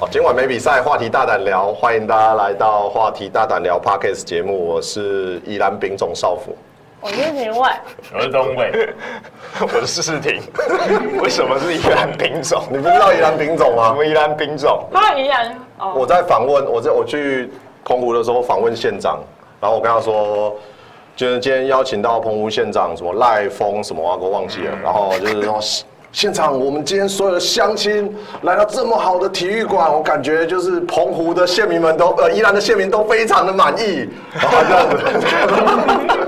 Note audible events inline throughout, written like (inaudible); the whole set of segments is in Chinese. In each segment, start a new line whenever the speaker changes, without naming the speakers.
哦，今晚没比赛，话题大胆聊，欢迎大家来到话题大胆聊 Podcast 节目，我是宜兰丙种少辅，
我是评委，
我是东伟，
(laughs) 我是世廷，为什么是宜兰品种？
你不知道宜兰丙种
我
吗？
们宜兰品种，
他依然
我
哦，
在访问，我在我去澎湖的时候访问县长，然后我跟他说，就是今天邀请到澎湖县长什么赖峰什么啊，我忘记了，然后就是说。县长，我们今天所有的乡亲来到这么好的体育馆，我感觉就是澎湖的县民们都，呃，宜兰的县民都非常的满意，然后这样子，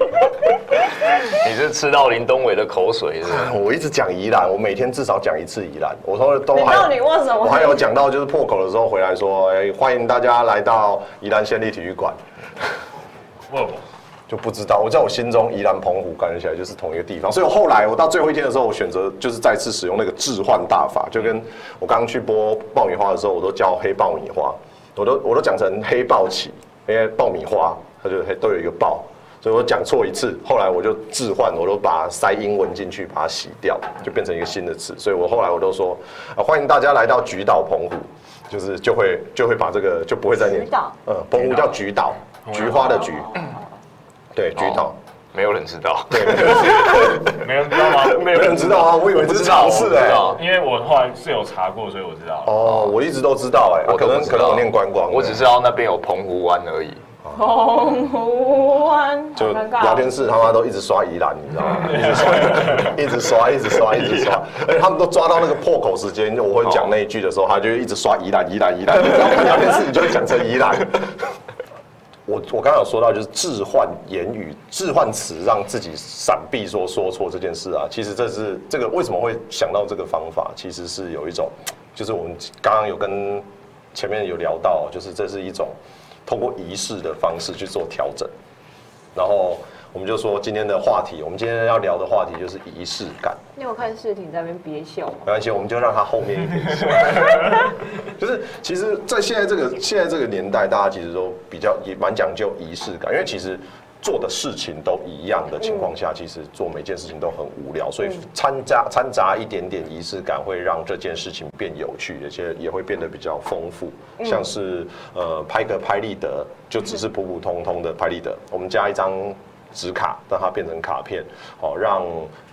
(laughs) 你是吃到林东伟的口水是不是？
我一直讲宜兰，我每天至少讲一次宜兰。我说都
你
还
到底为什么
我还有讲到就是破口的时候回来说，哎、欢迎大家来到宜兰县立体育馆。
问我
就不知道，我在我心中宜兰澎湖感觉起来就是同一个地方，所以我后来我到最后一天的时候，我选择就是再次使用那个置换大法，就跟我刚刚去播爆米花的时候，我都叫黑爆米花，我都我都讲成黑爆起，因为爆米花它就都有一个爆，所以我讲错一次，后来我就置换，我都把它塞英文进去，把它洗掉，就变成一个新的词，所以我后来我都说，啊、欢迎大家来到菊岛澎湖，就是就会就会把这个就不会再念
菊岛
嗯，澎湖叫菊岛，菊花的菊。对，菊 (laughs) 岛。
没有人知
啊
道，
没人知道吗？
没有人知道啊，我以为这是尝试
我不知
哎。
道
因为我后来是有查过，所以我知道。
哦，我一直都知道哎，
我
可
都不
能
知道
可能我念观光的，
我只知道那边有澎湖湾而已。
澎湖湾，
就
好尴尬
聊天室他妈都一直刷宜兰，你知道 (laughs) 吗？一直刷，一直刷，一直刷，而且他们都抓到那个破口时间，我会讲那一句的时候，他就一直刷宜兰，宜兰，宜 (laughs) 兰，你知道吗聊天室你就会讲成宜兰。我我刚刚有说到，就是置换言语、置换词，让自己闪避说说错这件事啊。其实这是这个为什么会想到这个方法，其实是有一种，就是我们刚刚有跟前面有聊到，就是这是一种通过仪式的方式去做调整。然后我们就说今天的话题，我们今天要聊的话题就是仪式感。
你有看视频在那边憋笑吗？
没关系，我们就让它后面一点。就是其实，在现在这个现在这个年代，大家其实都比较也蛮讲究仪式感，因为其实做的事情都一样的情况下，其实做每件事情都很无聊，所以掺杂掺杂一点点仪式感，会让这件事情变有趣，而且也会变得比较丰富。像是呃，拍个拍立得，就只是普普通通的拍立得，我们加一张。纸卡，让它变成卡片，哦，让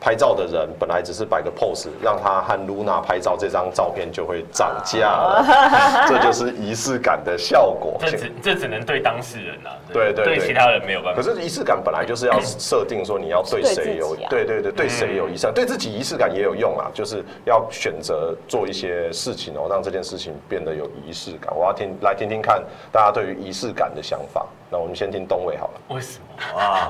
拍照的人本来只是摆个 pose，让他和 Luna 拍照，这张照片就会涨价
(laughs)
了，这就是仪式感的效果。
这只这只能对当事人啊，
对对对
对其他人没有办
可
法。
是仪式感本来就是要设定说你要对谁有
对自己啊，
对对对，
嗯
对谁有仪式感，对自己仪式感也有用啊，就是要选择做一些事情哦，让这件事情变得有仪式感。我要听来听听看大家对于仪式感的想法。那我们先听东伟好了，
为什么啊？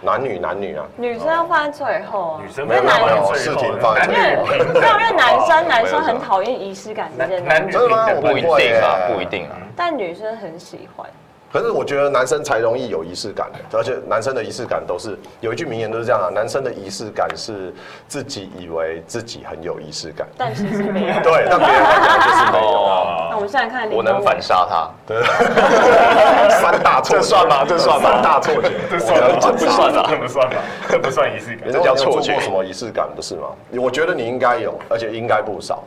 男女男女啊，
女生要放在最后啊，
女生
因
没
为
有没
男
有
最后
视频放在
男
因
最
女
后
为
平
没有因为男生男
没有
生
什
很
么
讨厌仪式感这件
男男
事
女，
真的吗
平等
不一
我不会
定啊，
耶
不一定啊。
但女生很喜欢。
可是我觉得男生才容易有仪式感，而且男生的仪式感都是有一句名言都是这样啊，男生的仪式感是自己以为自己很有仪式感，
但其实没有。
对，但别人来讲就是没有啊。
哦
那我们现在看林
我能
东伟
反杀他，
三大错，这算吗？这算吗？三大错觉，
(laughs) 这算吗？
这不算
吧？这不算吧？这不算仪式感。
这
这
叫
叫
错
错
觉。
觉
做过什么仪式感不是吗？我觉得你应该有，而且应该不少，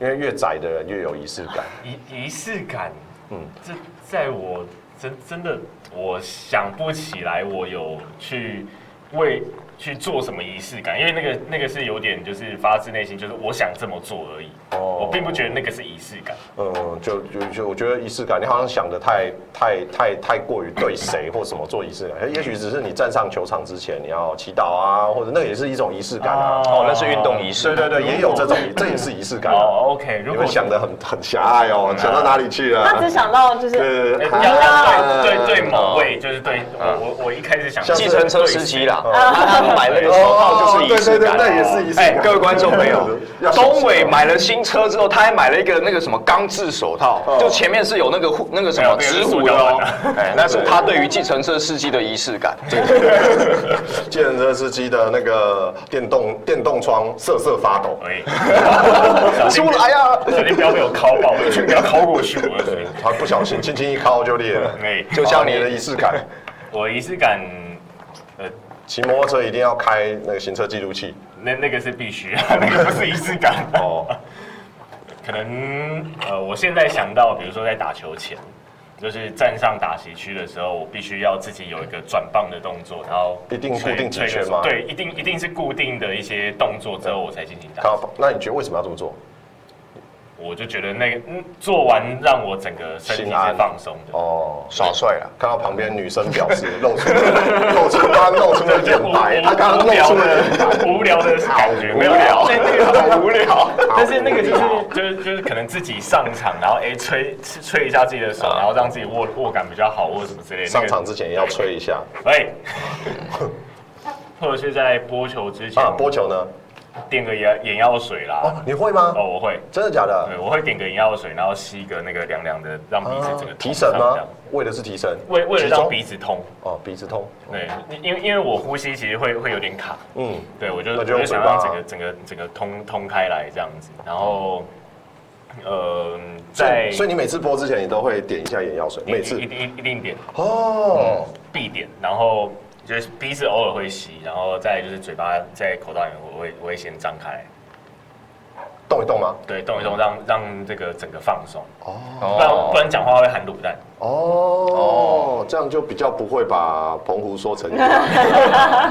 因为越窄的人越有仪式感。
仪仪式感，嗯，这在我真真的我想不起来，我有去为去做什么仪式感，因为那个那个是有点就是发自内心，就是我想这么做而已。
哦
我并不觉得那个是仪式感。
嗯，就就就我觉得仪式感，你好像想的太太太太过于对谁或什么做仪式感，也许只是你站上球场之前你要祈祷啊，或者那也是一种仪式感啊。
哦
哦，那是运动仪式。
对对对，也有这种，这也是仪式感啊。
哦，OK，如
你
果
们想的很很狭隘哦，想到哪里去
他
了
只？想到就
对
是
对
哎
对
要要对
啊嗯
对对某位，就是对我我我一开始想
像
计程车时期啦，他买那个手套
哦，
就是仪式
对对对，
感。
那也是仪式
哎、
感。
各位观众朋友
要，小心啊
东伟买了新车之后，他还买了一个那个什么钢制手套，
哦
就前面是有那个护那个什么
没有
纸
那个是
虎
塑
的
胶
哦
的。
哎，那是他对于计程车司机的仪式感。 (laughs)
计程车司机的那个电动电动窗瑟瑟发抖。
哎，
(laughs) (laughs) 出来呀、啊！
(laughs) 小心不要被我敲爆，我去不要敲过去，我
对，他不小心轻轻一敲就裂了。
哎，
就像你
好的仪式感，
我仪式感，呃，
(laughs) 骑摩托车一定要 (laughs) 开那个行车记录器。
啊 (laughs) 那那个是必须，那个不是仪式感。
哦，
啊可能呃，我现在想到，比如说在打球前，就是站上打席区的时候，我必须要自己有一个转棒的动作，然后
一定固定
吹
几圈
吹个手
吗
对，一定一定是固定的一些动作之后，我才进行打击。
好，那你觉得为什么要这么做？
我就觉得那个嗯，做完让我整个身体
心
是
安
放松的。
哦，
耍帅啊！
看到旁边女生表示露出露出刚刚露出了眼白，她刚刚露出了眼白。
无聊的感觉，
好
没有聊，
无
那个 (laughs)
无聊，
但是那个就是就是就是可能自己上场，然后哎吹吹一下自己的手，然后让自己握握感比较好，或者什么之类的。
(laughs) 啊上场之前也要吹一下
哎， (laughs) 或者是在播球之前
啊，播球呢？
点个眼眼药水
哦
啦。，
你会吗？
哦，我会，
真的假的
对，？我会点个眼药水，然后吸一个那个凉凉的，让鼻子整个
啊提神
通畅
吗
嗯哎这样？
为的是提神，
为为了
集
让
中
鼻子通，
哦鼻子痛，
对，因为因为我呼吸其实会会有点卡，
嗯，
对，我就
那
我
就用
就想
嘴巴
让整个整个整个通通开来这样子，然后，呃，
所
在
以所以你每次播之前，你都会点一下眼药水，每次
一嗯定一定一定点
哦，
必点，然后就是鼻子偶尔会吸，然后再就是嘴巴在口罩里面，我会我会先张开，
动一动吗？
对，动一动让让这个整个放松，不然
哦
不然讲话会含卤蛋， (laughs)
哦，这样就比较不会把澎湖说
(laughs)
成一样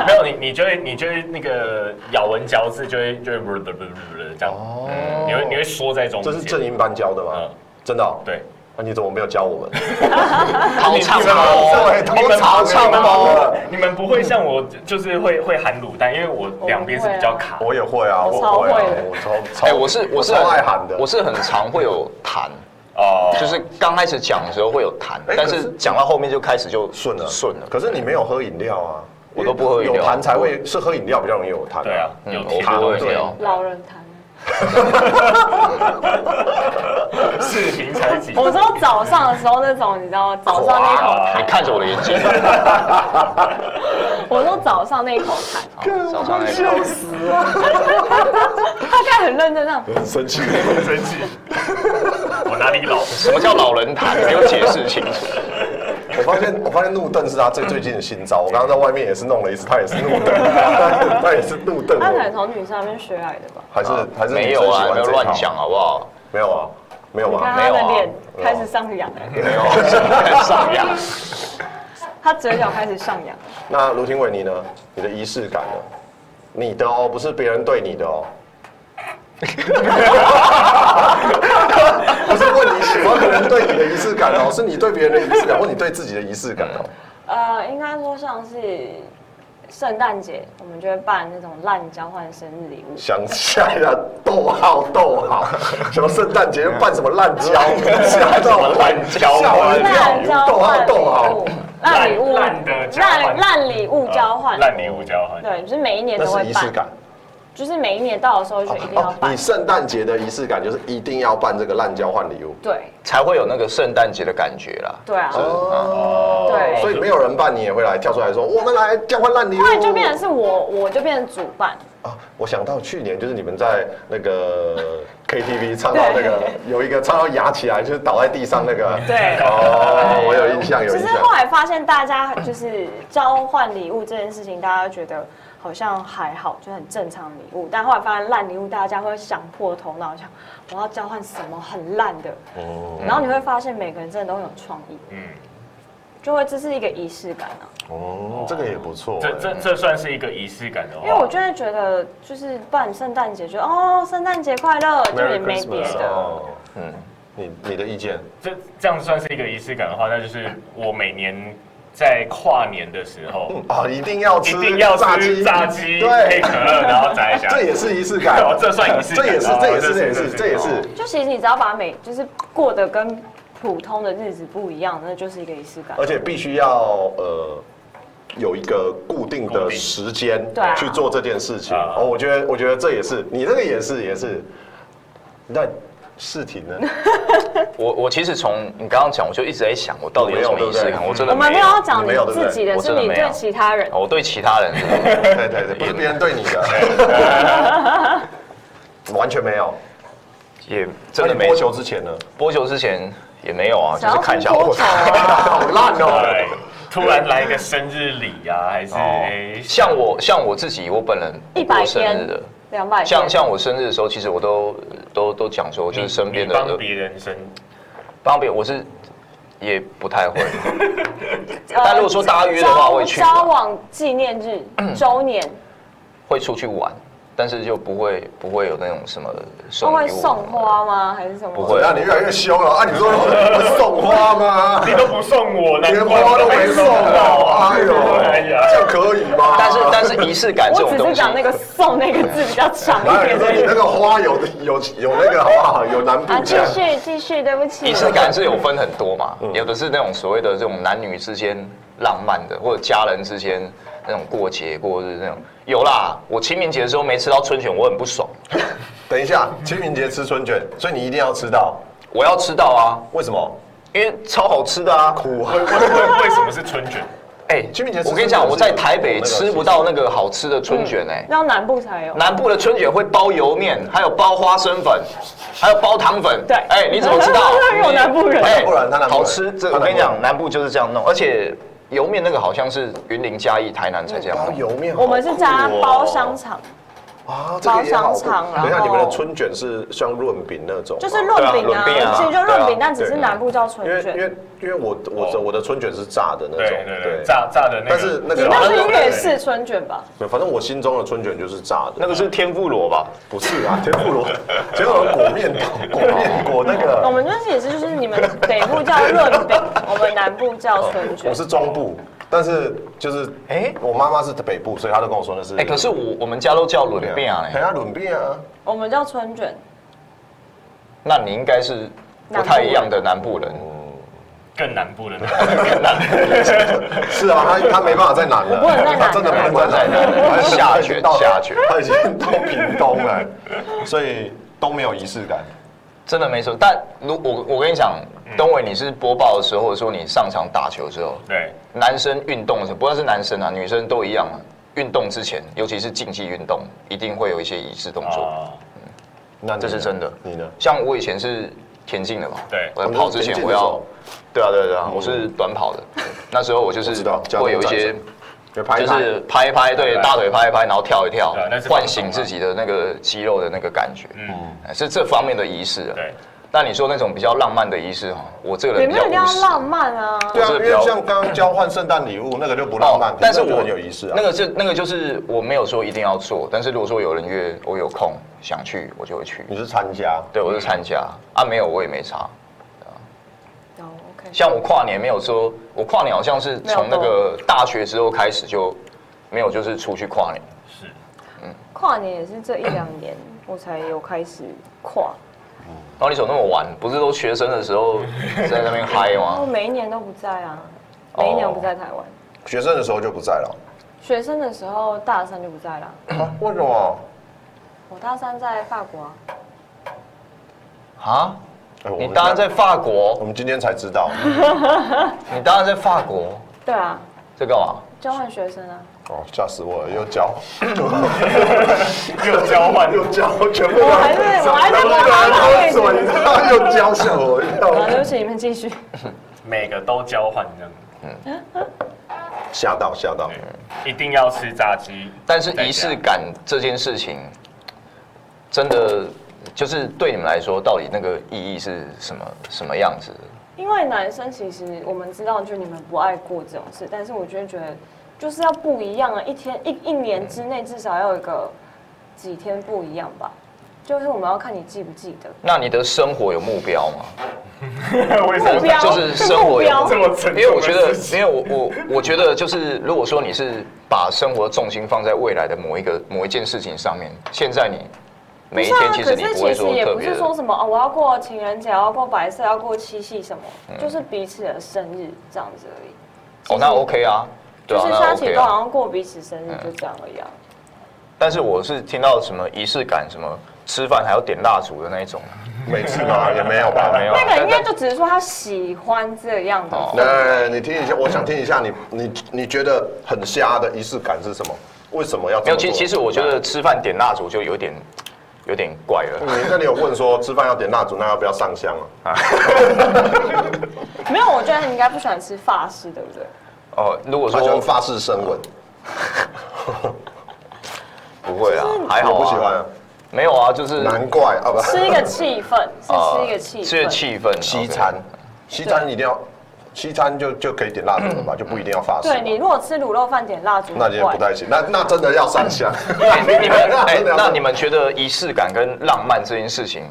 没有你你就会你就会那个咬文嚼字就会就会 (laughs) 不不不不这样，嗯
哦，
你会你会缩在中
这
间，
是正音班教的吗
嗯？
真的哦？
对。
那你怎么没有教我们？
好唱
哦
哦，
对，都吵唱哦。
你们不会像我，就是会会含卤蛋，因为我两边是比较卡。
我也会啊，
我
我
超
会啊
会的，
我超超，
哎，我是我是
超
很
爱喊的，
我是很常会有痰，
哦，
就是刚开始讲的时候会有痰，
哎可
但是
是
讲到后面就开始就
顺了
顺了。
可是你没有喝饮料啊，
我都不喝饮料
有痰才会是喝饮料比较容易有痰。
对啊，，
嗯
有
我
甜
不
有
会
对
甜，
聊。
老人谈。
哦视频才几。
我说早上的时候那种，你知道吗？早上那一口
你
痰，
看着我的眼睛，
我说早上那一口痰，
早上那个
大概很认真这样。
很生气。 (laughs)
生气，我哪里老？
什么叫老人痰？没有解释清楚。
我发现，我发现怒瞪是他最最近的新招。我刚刚在外面也是弄了一次，他也是怒瞪，
(laughs)
他他也是怒瞪
他可能
我，
从女生那边学来的吧？
还是还是
没
女生
有
喜
啊，
欢
没有
这一
乱
套
讲好不好？
没有啊，没有
你看
啊，
他
没有
的
啊
脸开始上扬了，
没有，啊上扬。
他嘴角开始上扬了。
那卢廷伟你呢？你的仪式感呢？你的哦，不是别人对你的
(laughs)
哦。不是问你喜欢别人对你的仪式感哦，是你对别人的仪式感，或你对自己的仪式感哦。
嗯
呃，应该说像是圣诞节，我们就会办那种烂交换生日礼物。
想下呀，逗号逗号，什么圣诞节又办什么烂交，吓到我
嗯烂交
吓我
烂
一
交
跳，逗号
换礼
逗号
物，，烂礼物，
烂的交换啊
烂烂礼物交换，
烂礼物交换。
对，就是每一年
那
都
是
会
仪式
办，
感。
就是每一年到的时候就一定要
哦，
办
你。圣诞节的仪式感就是一定要办这个烂交换礼物。
对
才会有那个圣诞节的感觉啦。
对啊，
哦，
对
所以没有人办，你也会来跳出来说，我们来交换烂礼物。
后来就变成是我，我就变成主办，
啊，我想到去年就是你们在那个 (laughs) KTV 唱到那个有一个唱到牙起来，就是倒在地上那个。
(laughs) 对
哦，我有印象，有
只
印
是
象。
后来发现大家就是交换礼物这件事情，大家觉得好像还好，就很正常礼物。但后来发现烂礼物，大家会想破头脑想我要交换什么很烂的。
哦
然后你会发现每个人真的都很有创意，
嗯，
就会这是一个仪式感啊。
哦，这个也不错。
这这这算是一个仪式感的话。
因为我就会觉得就是办圣诞节，就哦圣诞节快乐，就也
Merry
没别
Christmas
的。
哦。
嗯，
你你的意见？
这这样算是一个仪式感的话，那就是我每年在跨年的时候，
啊，一定要
一
吃
定要吃炸鸡配
对，
可乐，然后炸一下。
这也是仪式感
(laughs) 哦，这算仪式感
这也是
哦
这也是
这是
这也
这
是
是
这也是
哦
就其实你只要把每就是过得跟普通的日子不一样，那就是一个仪式感
而。且必须要呃有一个固定的时间
对啊
去做这件事情。
啊
哦，我觉得我觉得这也是你这个也是也是，那世婷呢？
我我其实从你刚刚讲，我就一直在想，我到底有什么仪式感？我真
我
的
们
没
没有啊要讲
你
你
没有对不对
自己的，
我
是
真的
你
没有
对
哦
其他人。
我对其他人
(laughs) 对对对，不是别人对你的， (laughs) 完全没有。
也
那
真
你
的没
播球之前呢？
播球之前也没有啊，就
想
是
要
看一
听
下
多久啊？
好
(laughs)
烂
对
哦！，
突然来一个生日礼呀、啊，还是、
哦
哎，
像我像我自己，我本人不
100
过生日的，
两百
像
天，
像我生日的时候，其实我都都都讲说，就是身边的呃
你帮别人生，
帮别人我是也不太会，
呃
但如果说大家约的话
交
我会去的
交往纪念
(clears throat)
日周年
会出去玩，但是就不会不会有那种什么
都
送
会
礼物
送花吗？还是什么？
不
怎
会啊
样？你越来越凶了啊！你说我送花 (laughs) 吗？
你都不送我，难
连
怪
花都没送到，哎呦，
哎呀
这样可以吗？
但是但是仪式感这
我只
种东
是
西，
讲那个“
(laughs)
送”那个字比较长
哪
一
有
点
说
而
你
已
那。个花有有有那个好不好？有南部
啊，继
腔，
续继续，对不起。
仪式感是有分很多嘛，
嗯
有的是那种所谓的这种男女之间浪漫的，或者家人之间那种过节过日那种。有啦，我清明节的时候没吃到春卷，我很不爽，
等一下，清明节吃春卷，所以你一定要吃到，
我要吃到啊，
为什么？
因为超好吃的啊。
苦啊！
为为为什么是春卷？
哎、
清明节吃
我跟你讲，
春卷
我在
是有
台北
有那个嗯
吃不到那个好吃的春卷哎、
到南部才有。
南部的春卷会包油面，还有包花生粉，还有包糖粉。
对
哎、你怎么知道
(laughs) ？因为我南部人哦
哎
南部人他南部人
好吃。这
他南
我
部人
跟你讲，南部就是这样弄，而且油面那个好像是云林、嘉义、台南才这样
包
弄。
油面好酷哦，
我们是加包香肠，
哦
啊，这个也好
包香肠
酷
然
等
后
一下，你们的春卷是像润饼那种吗，
就是润饼啊
对啊润饼，啊
其实就润
对
饼
啊，
但只是南部叫春
因为因
卷。
为因为我我
哦
的我的春卷是炸的那
对
种，
对对，炸炸的那个，
但是那个
你那是粤式春卷吧？
没有反正我心中的春卷就是炸的，
那个是天妇罗吧？
不是啊，天妇罗， (laughs) 结果有裹面
(laughs)
裹面裹那个，
我们就是也是就是你们北部叫润
(laughs)
饼，我们南部叫春卷
我。是中部，但是就是哎
哎，
我妈妈是北部，所以她都跟我说那是。
哎、可是我我们家都叫轮饼啊、
哎
嘞，
呀，轮变啊，
我们叫春卷，
那你应该是不太一样的南部人。
更南部的那个，
是啊，她她没办法再南了，
我不能再南了
她真的不能再南了，她已经
下卷
到
下卷
她已经到屏东了，所以都没有仪式感。
(laughs) 真的没错，但如我我跟你讲，东伟，你是播报的时候，或者说你上场打球的时候，
对，
男生运动的时候，不论是男生啊，女生都一样啊。运动之前，尤其是竞技运动，一定会有一些仪式动作，
哦，
那你
这是真的。
你呢？
像我以前是田径的嘛，
对
我在跑之前我要，对啊对啊对啊，我
嗯
是短跑的，那时候我就
我知
是
道
会有一些，
就拍
就
打
是拍一拍，对，
对
大腿拍一拍，然后跳一跳
对那是，放松啊
唤醒自己的那个肌肉的那个感觉，
嗯，
哎是这方面的仪式啊。
对，
那你说那种比较浪漫的仪式哈，我这个
也
人
没
比
有
较
一定要
务实。
浪漫啊。
对啊，
我
因
是比
为
较哦
像刚刚交换圣诞礼物那个就不浪漫，
但是
可那
我
就很有仪式啊。
那个是那个就是我没有说一定要做，但是如果说有人约我有空想去，我就会去。
你是参加，
对，我就参加啊，没有我也没差。
哦，OK。
像我跨年没有说，我跨年好像是从那
没有
个大学之后开始就没有，就是出去跨年。
是，
跨年也是这一两年我才有开始跨，
然后你走那么晚，不是都学生的时 (laughs) 候在那边嗨
我
吗？
哦每一年都不在啊，
哦
每一年我不在台湾。
学生的时候就不在
(laughs)
了。
学生的时候，大三就不在了。
啊为什么？
我大三在法国啊，
啊？
哎我
你
们
当然在法
我
国，
们今天才知道，
你当然在法国，
对啊，
在干嘛？
交换学生啊，
哦，吓死我了，又
(laughs)
交，
又交
(laughs)
换，
又交，全部都
我还是我还是
全部
不好好
都
面
是嘴，然后 (laughs) 又交吓我一
好了，对
跳，
不起，你们继续。
每个都交换这样，
吓到吓到。
对，一定要吃炸鸡，
但是仪式感这件事情，真的就是对你们来说，到底那个意义是什么什么样子的？
因为男生其实我们知道，就你们不爱过这种事，但是我就会觉得就是要不一样啊，一天一一年之内至少要有一个几天不一样吧，就是我们要看你记不记得。
那你的生活有目标吗？
为什
目
么
标
就是生活有
目
这
标
么沉重的事情？
因为我觉得，因为我我我觉得就是，如果说你是把生活重心放在未来的某一个某一件事情上面，现在你每一
不是
天
啊，
其
可
实你
是
不
其
会
实
说
也
特
不
别
是
的
说什么哦，我要过情人节，我要过白色，要过七夕什么，就是彼此的生日这样子而已。
嗯哦，那 OK 啊，对
就
啊，嗯
是
那
大家其
OK
实都
啊
好。像过彼此生日，就这样而已啊。
但是我是听到什么仪式感，什么吃饭还要点蜡烛的那一种，啊
每次
(laughs)
嘛也没有吧，
没有啊
那个应该就只是说他喜欢这样的
哦
来，你听一下，我想听一下你你你觉得很瞎的仪式感是什么？为什么要这
没有，
么
其
做
其实我觉得吃饭点蜡烛就有点有点怪了。
你那你有问说吃饭要点蜡烛，那要不要上香啊？
没有，我觉得你应该不喜欢吃法式，对不对？
哦，如果
他喜欢
说
发誓深吻，
不 (laughs) 不会啦，还
我
好
不喜
啊，
欢啊，
没有啊，就是
难怪啊不，
吃一个气氛，是
呃
吃一个气
吃一个
氛。
气氛，
西
OK
餐，
嗯
西餐一定要，西餐就就可以点辣的了吧，就不一定要法式嘛。
嗯对你如果吃卤肉饭点蜡烛，
那就不太行，那那真的要上香。
嗯
(laughs) 你你们哎、
真的要
那
上
你们觉得仪式感跟浪漫这件事情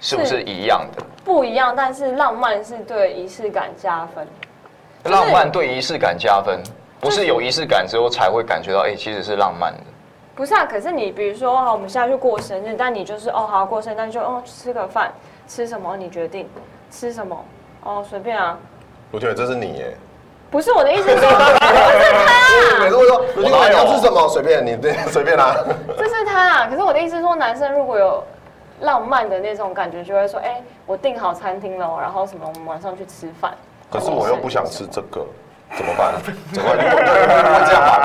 是不是
是
一样的？
不一样，但是浪漫是对仪式感加分。是
浪漫对仪式感加分，不是有仪式感之后才会感觉到，哎、其实是浪漫的。
不是啊，可是你比如说，好，我们现在去过生日，但你就是哦，好过生日，那就哦吃个饭，吃什么你决定，吃什么哦随便啊。
(laughs) 我觉得这是你耶，
不是我的意思
(laughs)
是啊说， (laughs)
每次会说，你
哪
晚
有
要吃什么随便你， (laughs) 随便啦。
这是他啊。可是我的意思是说，男生如果有浪漫的那种感觉，就会说，哎、我订好餐厅了，然后什么，我们晚上去吃饭。
可是我又不想吃这个，怎么办？怎么办？你不能这样吧，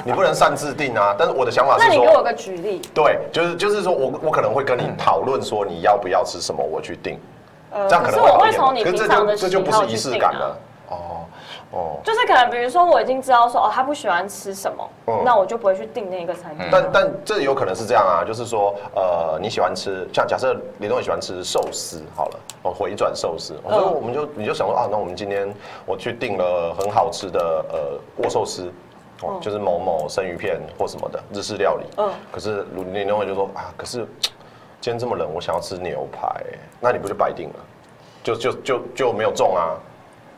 因为你不能擅自定啊。但是我的想法
那
是
你给我嗯
说，
个举例，
对，就是就是说我我可能会跟你讨论说你要不要吃什么，我去定，
呃
这样可能
可是
会
我
好一点
会
吧。可是
从你平
这
常
就
的
这
喜
就不是
好
仪
去
式
定
感
啊
了。。哦哦，
就是可能比如说我已经知道说哦他不喜欢吃什么，
嗯
那我就不会去订那个餐厅。
但但这有可能是这样啊，就是说，呃，你喜欢吃，像假设李东也喜欢吃寿司，好了，哦，回转寿司，所以我们就你就想说啊，那我们今天我去订了很好吃的呃握寿司。哦
嗯，
就是某某生鱼片或什么的日式料理。
嗯
嗯，可是李东伟就说啊，可是今天这么冷，我想要吃牛排，那你不就白订了？就就就就没有中啊，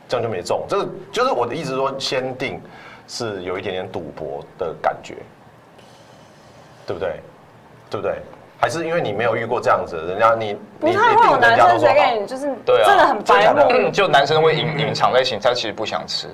这样就没中。这就是我的意思说，先定是有一点点赌博的感觉，对不对？对不对？还是因为你没有遇过这样子的，人家你
不
你
太
你
会有
定人
男
家都
生
说
谁
好
跟，你就是
对啊
真的很白
真的假
目，
的
嗯，就男生会隐隐藏在心，他其实不想吃。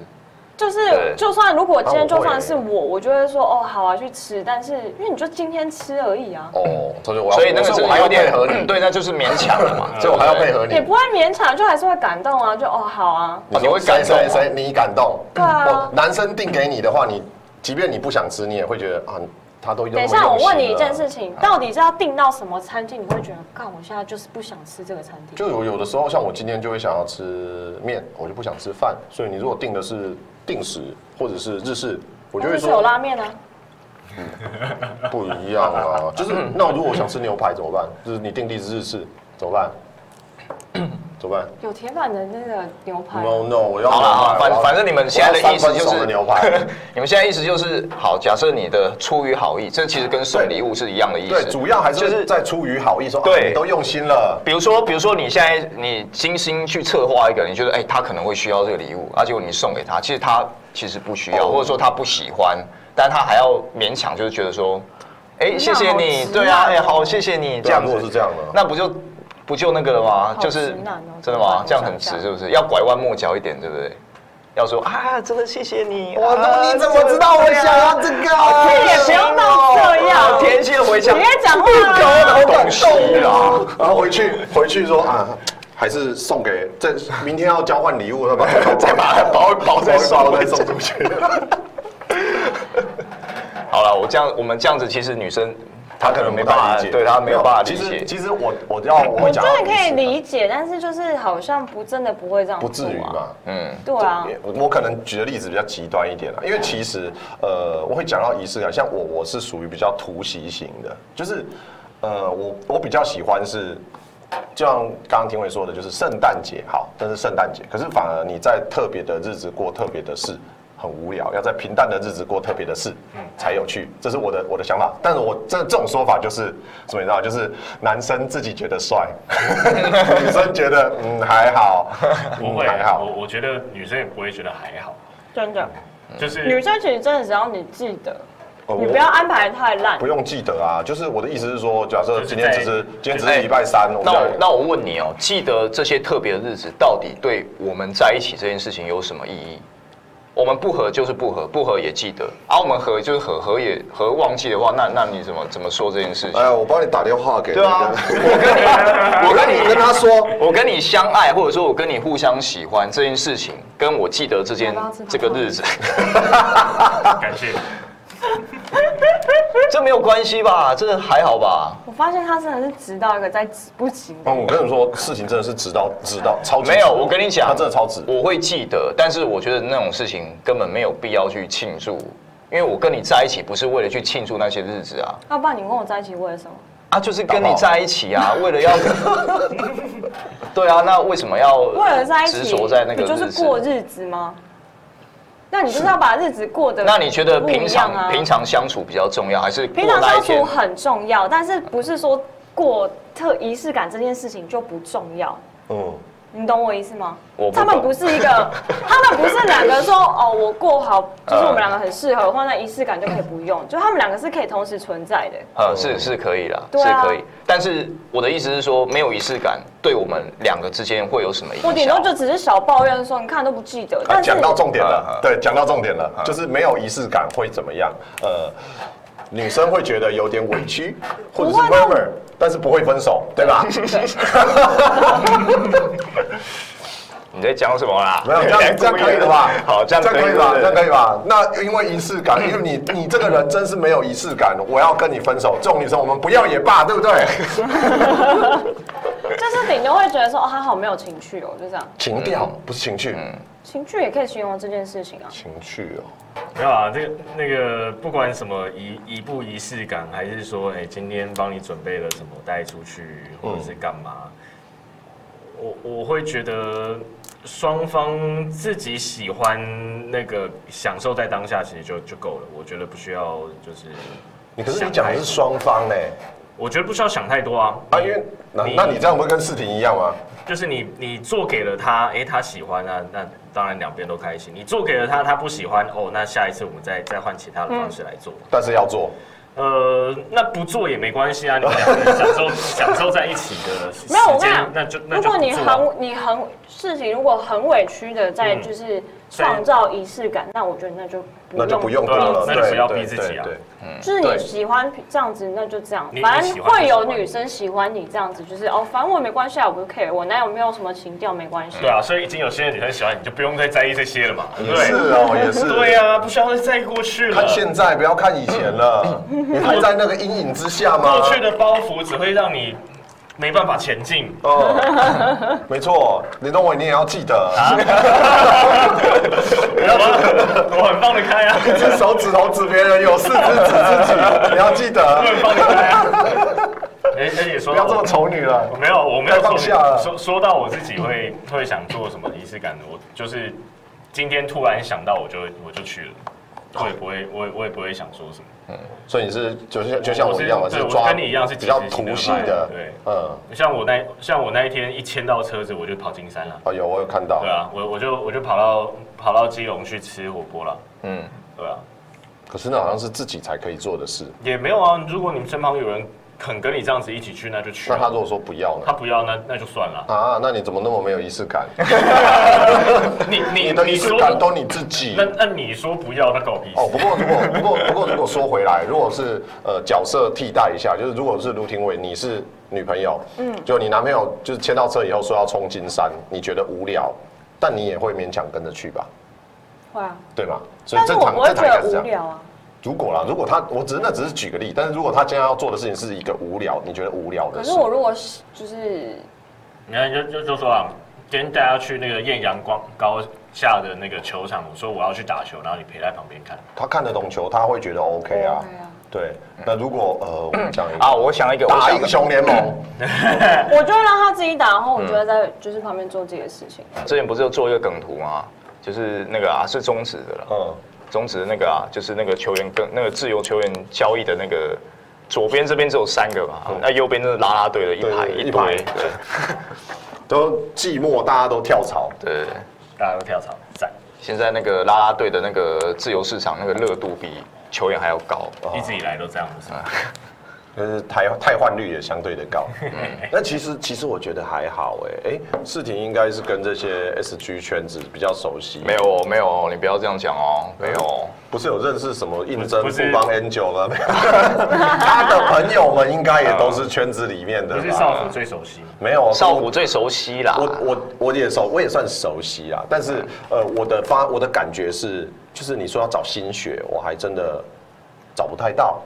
就是
对
就算如果今天
那我
就
会欸
算是我，我就会说哦好啊去吃，但是因为你就今天吃而已啊，
哦，所以我要
所以那个
所
是
以我还
有
要
点嗯
配合你，
对，那就是勉强了
(laughs)
嘛。
所以我还要配合你
也。不会勉强，就还是会感动啊，就哦好啊，
哦你会
谁
感动
谁
哦
谁你感动？
对啊
哦男生定给你的话，你即便你不想吃，你也会觉得啊，他都
等一下，我问你一件事，情，
啊
到底是要订到什么餐厅？你会觉得，干，我现在就是不想吃这个餐厅。
就有有的时候，像我今天就会想要吃面，我就不想吃饭，所以你如果定的是定时或者是日式，我就
那
会
就是有
说
拉面啊，
不一样
(laughs)
啊。就是那如果我想吃牛排怎么办？就是你定的是日式怎么办？怎么办
有铁板的那个牛排啊。
？No No，我要
好了，好啦，
我要
反反正你们现在的意思
我
就
要三分熟
是
的牛排，
你们现在意思就是，好，假设你的出于好意，这其实跟送礼物是一样 (laughs) 的意
对，
思。
主要还是
就是
在出于好意说，啊
对
你都用心了。
比如说，比如说你现在你精心去策划一个，你觉得哎、他可能会需要这个礼物，啊，结果你送给他，其实他其实不需要，
哦
或者说他不喜欢，但他还要勉强就是觉得说，哎、谢谢
好
你，
直男
对啊，
哦
哎、好，谢谢你，这
这样
样
如
子
果是这样呢？
那不就不就那个了吗？
好
就是
直男哦
真的吗？
这
这
样
样
很
很
直
直
男
是不是？要拐弯抹角一点，对不对？要说啊，真的谢谢你。
哇，
啊
那你怎么知道我想要这个啊？
这也不要闹这样
好甜心的回想
你，在讲话
搞
啊，
得好感动
东西
啊！然后回去回去说啊，还是送给这明天要交换礼物，他
(laughs)
把再 (laughs) 把它包一包再送再送出去。
好了，我这样我们这样子，其实女生她
(laughs) 他
可
可
能
能
没
没
办
办
法
法理解，
对她没有办法理
其实
解。
其实我我要我
我
会讲，
真的可以理解，但是就是好像不真的不会这样做
不
啊，
至于吧？
嗯，
对啊，
我我可能举的例子比较极端一点啊啦，因为其实呃，我会讲到仪式感，像我我是属于比较突袭型的，就是呃，我我比较喜欢是。就像刚刚庭伟说的，就是圣诞节好，但是圣诞节，可是反而你在特别的日子过特别的事，很无聊；要在平淡的日子过特别的事，
嗯
才有趣。这是我的我的想法。但是我这这种说法就是什么？你知道，就是男生自己觉得
(laughs)
帅，女生觉得嗯还好，
不
嗯
会啊
还，好。
我我觉得女生也不会觉得还好，
真
嗯
的。
就是
女
(laughs)
生其实真的只要你记得，
哦
你
我
不要安排太烂
不。用记得啊，就是我的意思是说，假设
就是
今天只
在
是今天只
哎
是礼拜三，我们
那我
在
那我问你哦，记得这些特别的日子，到底对我们在一起这件事情有什么意义？我们不和就是不和，不和也记得，啊，我们和就是和，和也和忘记的话，那那你怎么怎么说这件事情？
哎，我帮你打电话给
对啊，我
我
跟
跟
你，
你跟
我跟你，
他说，哦
我跟你相爱，或者说我跟你互相喜欢这件事情，跟我记得这件
要不要吃糖
这个日子， (laughs)
感谢。
这没有关系吧？这还好吧？
我发现他真的是直到一个在急不急的
嗯，我跟你说，事情真的是直到直到超级
没有，
直
我跟你讲，
他真的超值。
我会记得，但是我觉得那种事情根本没有必要去庆祝，因因为我跟你在一起不是为了去庆祝那些日子啊，
要不然你跟我在一起为了什么？
啊，就是跟你在一起啊，为
(laughs)
了要，对啊，那为什么要
为了在一起，
执着在那个
不就
日
是过
子？
日子吗？那你就是要把日子过得
那你觉得平常、
不一样啊
平常相处比较重要，还是过
平常
那一
相
天
处？很重要，但是不是说过特仪式感这件事情就不重要？
嗯，
你懂我意思吗？
我不
他们
懂
不是一
(laughs)
个，他们不是两个说哦，我过好，就是我们两个很适合，放在仪式感就可以不用，就他们两个是可以同时存在的。
呃，是是可以啦，
对啊
是可以。但是我的意思是说，没有仪式感，对我们两个之间会有什么影响？
我顶多就只是小抱怨说，你看都不记得，
啊
但是
讲到重点
啊啊
了，对，讲到重点了，就是没有仪式感会怎么样？呃，女生会觉得有点委屈，或者是
不会啊
murmur，但是不会分手，对吧？
你在讲什么啦？
没有
(laughs)
这样这样可以的
啊
吧？
好，这样
这样可以吧？
对
这样
对
可以吧？那因为仪式感，因为你你这个人真是没有仪式感，我要跟你分手，这种女生我们不要也罢，对不对？
就是顶多会觉得说，哦，他好没有情趣哦，就这样。
情调
嗯
不是情趣，
情趣也可以形容这件事情啊。
情趣哦，
没有啊，这个那个不管什么仪仪不仪式感，还是说哎、今天帮你准备了什么带出去，或者是干嘛，我我会觉得双方自己喜欢那个享受在当下，其实就就够了。我觉得不需要就是，
你可是你讲的是双方呢、
我觉得不需要想太多啊。
啊，因为那那你这样不会跟视频一样吗？
就是你你做给了他，哎、他喜欢啊，那当然两边都开心。你做给了他，他不喜欢哦，那下一次我们再再换其他的方式来做。
但是要做，
呃，那不做也没关系啊，你们
(laughs)
两个人享受享受在一起的时
没有，我跟
间
你讲，
那就那
如
就
果
不
你
做啊。
很你很事情，如果很委屈的在
嗯
就是创造仪式感，那我觉得那就不
那就不用
对
做
啊
了，
那就不要
对
逼自己啊
对对
就是你
对
喜欢这样子，那就这样
你。
反
你喜
正
欢
会有
就喜欢
女生喜欢你这样子，就是哦，反正我也没关系啊，我不 care，我男友没有什么情调没关系。
对啊，所以已经有些女生喜欢你，就不用再在意这些了嘛，对不
也是
对？
哦，也是。
(laughs) 对啊，不需要再在意过去了
看。现在，不要看以前了，你还在那个阴影之下吗？
嗯过去的包袱只会让你没办法前进。
(laughs) 哦，没错，林东伟，你也要记得，
啊我我很放得开
(laughs)
啊，
一只手指头指别人，有四只指自己，你要记
我
得，
很放得开
(laughs)
啊。哎哎，也说
不要这么丑女了。
哦没有，我没有
太放
说
下了
说说到我自己会会想做什么仪式感的，我就是今天突然想到，我就我就去了，我也不会，我也我也不会想说什么。
所以你是就像就像我一样嘛，
我是对
是抓
我跟你一样是
比较
及时行乐
图系的，
对
嗯，
像我那像我那一天一签到车子，我就跑金山了。
哦有我有看到
对，啊，我我就我就跑到跑到基隆去吃火锅了。
嗯，
对啊，
可是那好像是自己才可以做的事，
也没有啊。如果你身旁有人肯跟你这样子一起去，那就去
那
啊。
他如果说不要
他
呢？
不要，那那就
(laughs)
算了。
啊，那你怎么那么没有仪式
(laughs)
感？
你你
你的仪式
说
感都你自己
那。那你说不要，那搞屁
哦，
事。
不过如果不过不过如果说回来，如果是呃角色替代一下，就是如果是卢廷伟，你是女朋友，嗯，就你男朋友就是签到车以后说要冲金山，你觉得无聊，但你也会勉强跟着去吧，
会啊，
对吗？所以
但是
正
我
常
不会
正
觉
常应该是这
得无
样。
聊啊。
如果啦，如果他，我只是那只是举个例，但是如果他今天要做的事情是一个无聊，你觉得无聊的
可
事
是，我如果是就是
你看，就就就说啊，今天带他去那个艳阳光高下的那个球场，我说我要去打球，然后你陪在旁边看。
他看得懂球，他会觉得 OK 啊
OK 啊。
对，那如果呃，我们讲一
啊，
个
我想一个，我
打
想一嗯
英
个，
雄联盟，
我就会让他自己打，然后我就会
嗯
在就是旁边做自己的事情。
之前不是有做一个梗图吗？就是那个啊，是中职的了，
嗯，
中职的那个啊，就是那个球员跟那个自由球员交易的那个，左边这边只有三个嘛，那右边就是啦啦队的一排
对
一排，
一排
对
都寂寞，大家都跳槽，
对。对
大家都跳槽，赞，
现在那个啦啦队的那个自由市场那个热度比球员还要高，
一直以来都这样子。
就是汰汰换率也相对的
(laughs)
高。那其实其实我觉得还好哎、哎、世廷应该是跟这些 SG 圈子比较熟悉，
没有哦，没有哦，你不要这样讲哦，没有哦。
不是有认识什么应征
不
不
是
帮 Angel 了 (laughs) 没有？他的朋友们应该也都是圈子里面的
不是
吧？
少辅最熟悉，
没有，
少辅最熟悉啦，
嗯我我我也熟，我也算熟悉啦。但是呃，我的发我的感觉是，就是你说要找新血，我还真的找不太到。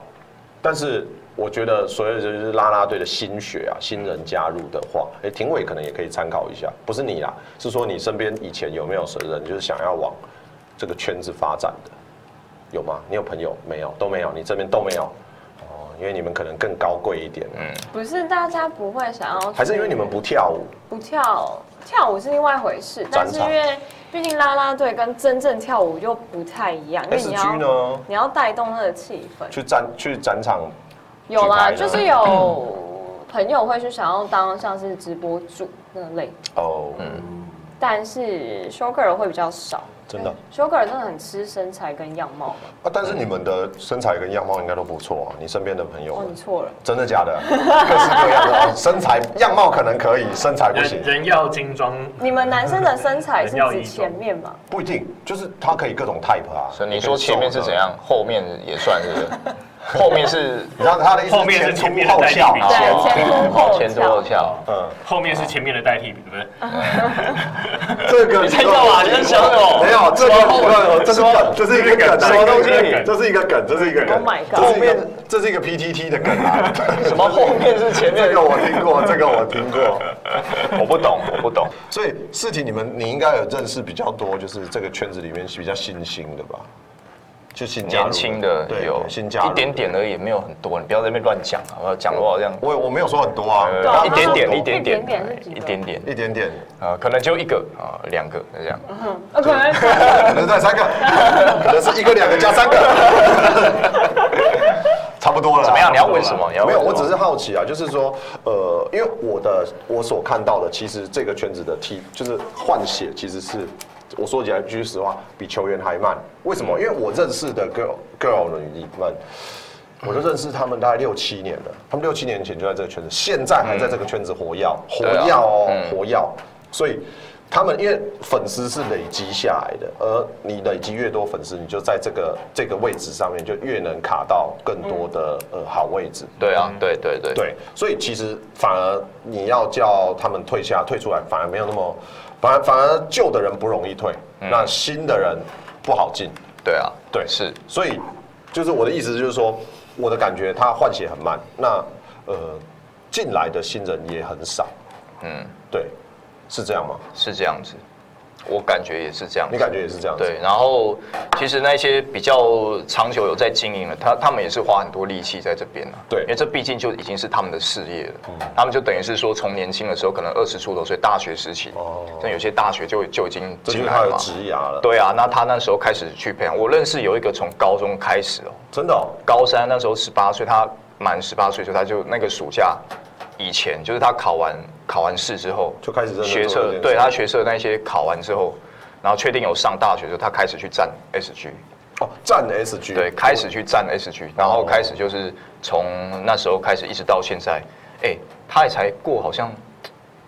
但是我觉得所有就是啦啦队的新血啊，新人加入的话，哎、廷伟可能也可以参考一下。不是你啦，是说你身边以前有没有谁人就是想要往这个圈子发展的？有吗？你有朋友没有？都没有，你这边都没有。哦，因为你们可能更高贵一点，
不是大家不会想要去，
还是因为你们不跳舞？
不跳跳舞是另外一回事，但是因
展场
为毕竟啦啦队跟真正跳舞又不太一样，因为
S
你
G
要
呢？
你要带动那个气氛。
去展去展场，
有
举牌
啦，
呢
就是有朋友会去想要当像是直播主那类，
哦，
嗯
但是 show girl 会比较少。
真的
，show girl 真的很吃身材跟样貌嘛。
啊，但是你们的身材跟样貌应该都不错啊，你身边的朋友
哦，
们
你。错了，
真的假的？ (laughs) 各式各样的哦，身材样貌可能可以，身材不行
人，人要精装，
你们男生的身材 (laughs) 是
人要
指
一种
前面嘛？
不一定，就是他可以各种 type 啊。
所以你说前面是怎样，后面也算是不是？后面是
你知道他的意思
后面是
前
前面
凸后
的代替
翘
品
啊，
(laughs) 对前凸后翘
前凸后翘。
嗯，
后面是前面的代替品，对不对？
这个
你在干嘛你在想什么
没有，这个理论，这是梗，这是一个梗，啊
什么东西
这是一个梗，这是一个梗。
Oh my god
这是一个这是一个 PTT 的梗啊。
什么后面是前面
这个我听过，这个我听过。
(laughs) 我不懂，我不懂。
所以世婷，你们你应该有认识比较多，就是这个圈子里面比较新兴的吧？就新加入
年轻的
对
有
新加入
一点点而已，没有很多。你不要在那边乱讲啊！我要讲的话好像呃
我我没有说很多啊，
对啊
大
一
家都说
点点，一
很多
点点
一点点是，几个
一点点
一点点，
啊，可能就一个啊，两个这样。
嗯
呃，可能
可能在三
(laughs)
个，可能是一个、两个加三个，差不多了啦。
怎么样？你要
差不多了
问什么？你要
没
问
有，
什么
我只是好奇啊，就是说，呃，因为我的我所看到的，其实这个圈子的踢就是换血，其实是我说起来，句实话，比球员还慢。为什么？因为我认识的 girl girl 女们。我就认识他们大概六七年了，他们六七年前就在这个圈子，现在还在这个圈子活跃，活
对啊
跃哦，
嗯
活跃。所以他们因为粉丝是累积下来的，而你累积越多粉丝，你就在这个这个位置上面就越能卡到更多的、呃好位置。
对啊，对对对。
对，所以其实反而你要叫他们退下退出来，反而没有那么，反而反而旧的人不容易退，
嗯
那新的人不好进。
对啊，
对
是
所以就是我的意思就是说，我的感觉他换血很慢，那呃进来的新人也很少。
嗯
嗯，对，是这样吗？
是这样子，我感觉也是这样子。
你感觉也是这样子？
对，然后其实那些比较长久有在经营的，他他们也是花很多力气在这边啊。
对嗯
因为这毕竟就已经是他们的事业了。他们就等于是说，从年轻的时候，可能二十出头岁，大学时期，
哦
那有些大学就就已经
这就是
进来
他
了
的
嘛。
职涯了。，
对啊，那他那时候开始去培养。我认识有一个从高中开始哦，
真的、哦，
高三那时候十八岁，他满十八岁就他就那个暑假以前，就是他考完考完试之后
就开始认真
学
做这
测
件，事
对他学测那些考完之后，然后确定有上大学之后，他开始去站 SG，
哦，占 SG，
对，开始去站 SG，然后开始就是从那时候开始一直到现在，哎，他也才过好像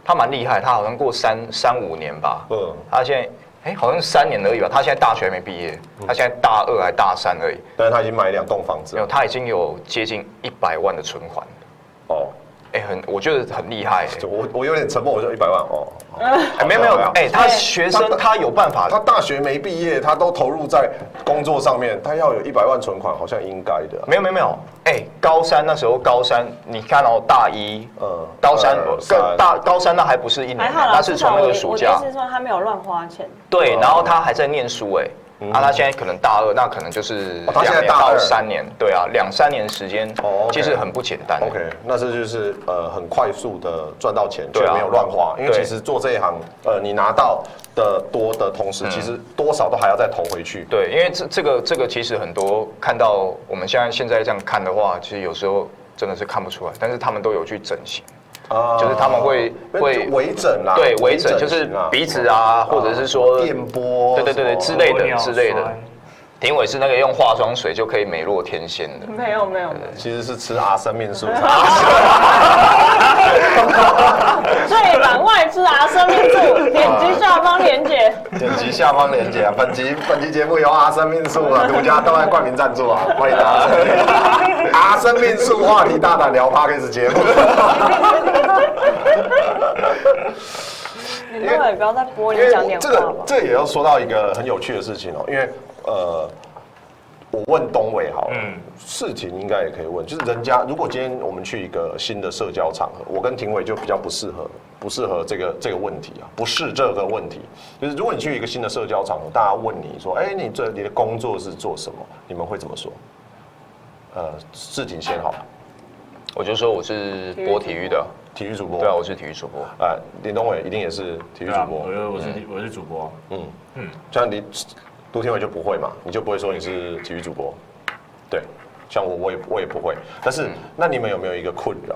他蛮厉害，他好像过三三五年吧，
嗯，
他现在。哎，好像三年而已吧。他现在大学还没毕业，他现在大二还大三而已。
但嗯是他已经买两栋房子
没有，
了。
他已经有接近一百万的存款了。
哦，
哎、很，我觉得很厉害、
就我我有点沉默，我就一百万哦。哦
(laughs) 哎、没有没有，哎、他学生
他
他有办法，
哎他大学没毕业，他都投入在工作上面，他要有一百万存款，好像应该的啊。
没有没有没有，哎、高三那时候高三，你看哦，大一，
嗯
高三
二
更
三
大高三那还不是一年，
还好啦，
那是
至
从
少
那
我
个
的
暑
我的
假
意思，是说他没有乱花钱。
对，
哦
然后他还在念书、哎、啊，他现在可能大二，那可能就是
嗯哦他现
两
在
年
大
到
二
三年，对啊，两三年时间，
哦，OK
其实很不简单、
OK，那这就是呃很快速的赚到钱，却
对啊
没有乱花，因为
对
其实做这一行，呃，你拿到的多的同时，其实多少都还要再投回去。
嗯对，因为这这个这个其实很多看到我们现在现在这样看的话，其实有时候真的是看不出来，但是他们都有去整形，
啊
就是他们会会
就啊微整啦，
对微整就是
型啊哦
鼻子啊，或者是说
电波，
对对对
什
对之
么
类
玻
的
尿
之类的
酸。
评委是那个用化妆水就可以美若天仙的，
没有没有，没有
其实是吃阿生命素。
最版外资啊，生命柱，点击下方链接。
点击下方链接啊！本集本集节目由阿生命素啊独家对外冠名赞助啊，欢迎大家收听阿生命素话题大胆聊 p a r k e s 节目。
你待会也不要再播，你
因为
讲点
这
话
个
吧。
这个也要说到一个很有趣的事情哦、因为呃，我问东伟好了，
嗯
事情应该也可以问，就是人家如果今天我们去一个新的社交场合，我跟廷伟就比较不适合，不适合这个这个问题啊，不是这个问题，就是如果你去一个新的社交场合，大家问你说，哎、你这你的工作是做什么？你们会怎么说？呃，志景先好了，
我就说我是播体育的，
体育主播。
对啊，我是体育主播。
呃，林东伟一定也是体育
对
主
啊，
播
我。就我是我是主播，
嗯，
嗯，
像你杜天伟就不会嘛，你就不会说你是体育主播。对，像我我也我也不会。但
嗯
是、那你们有没有一个困扰，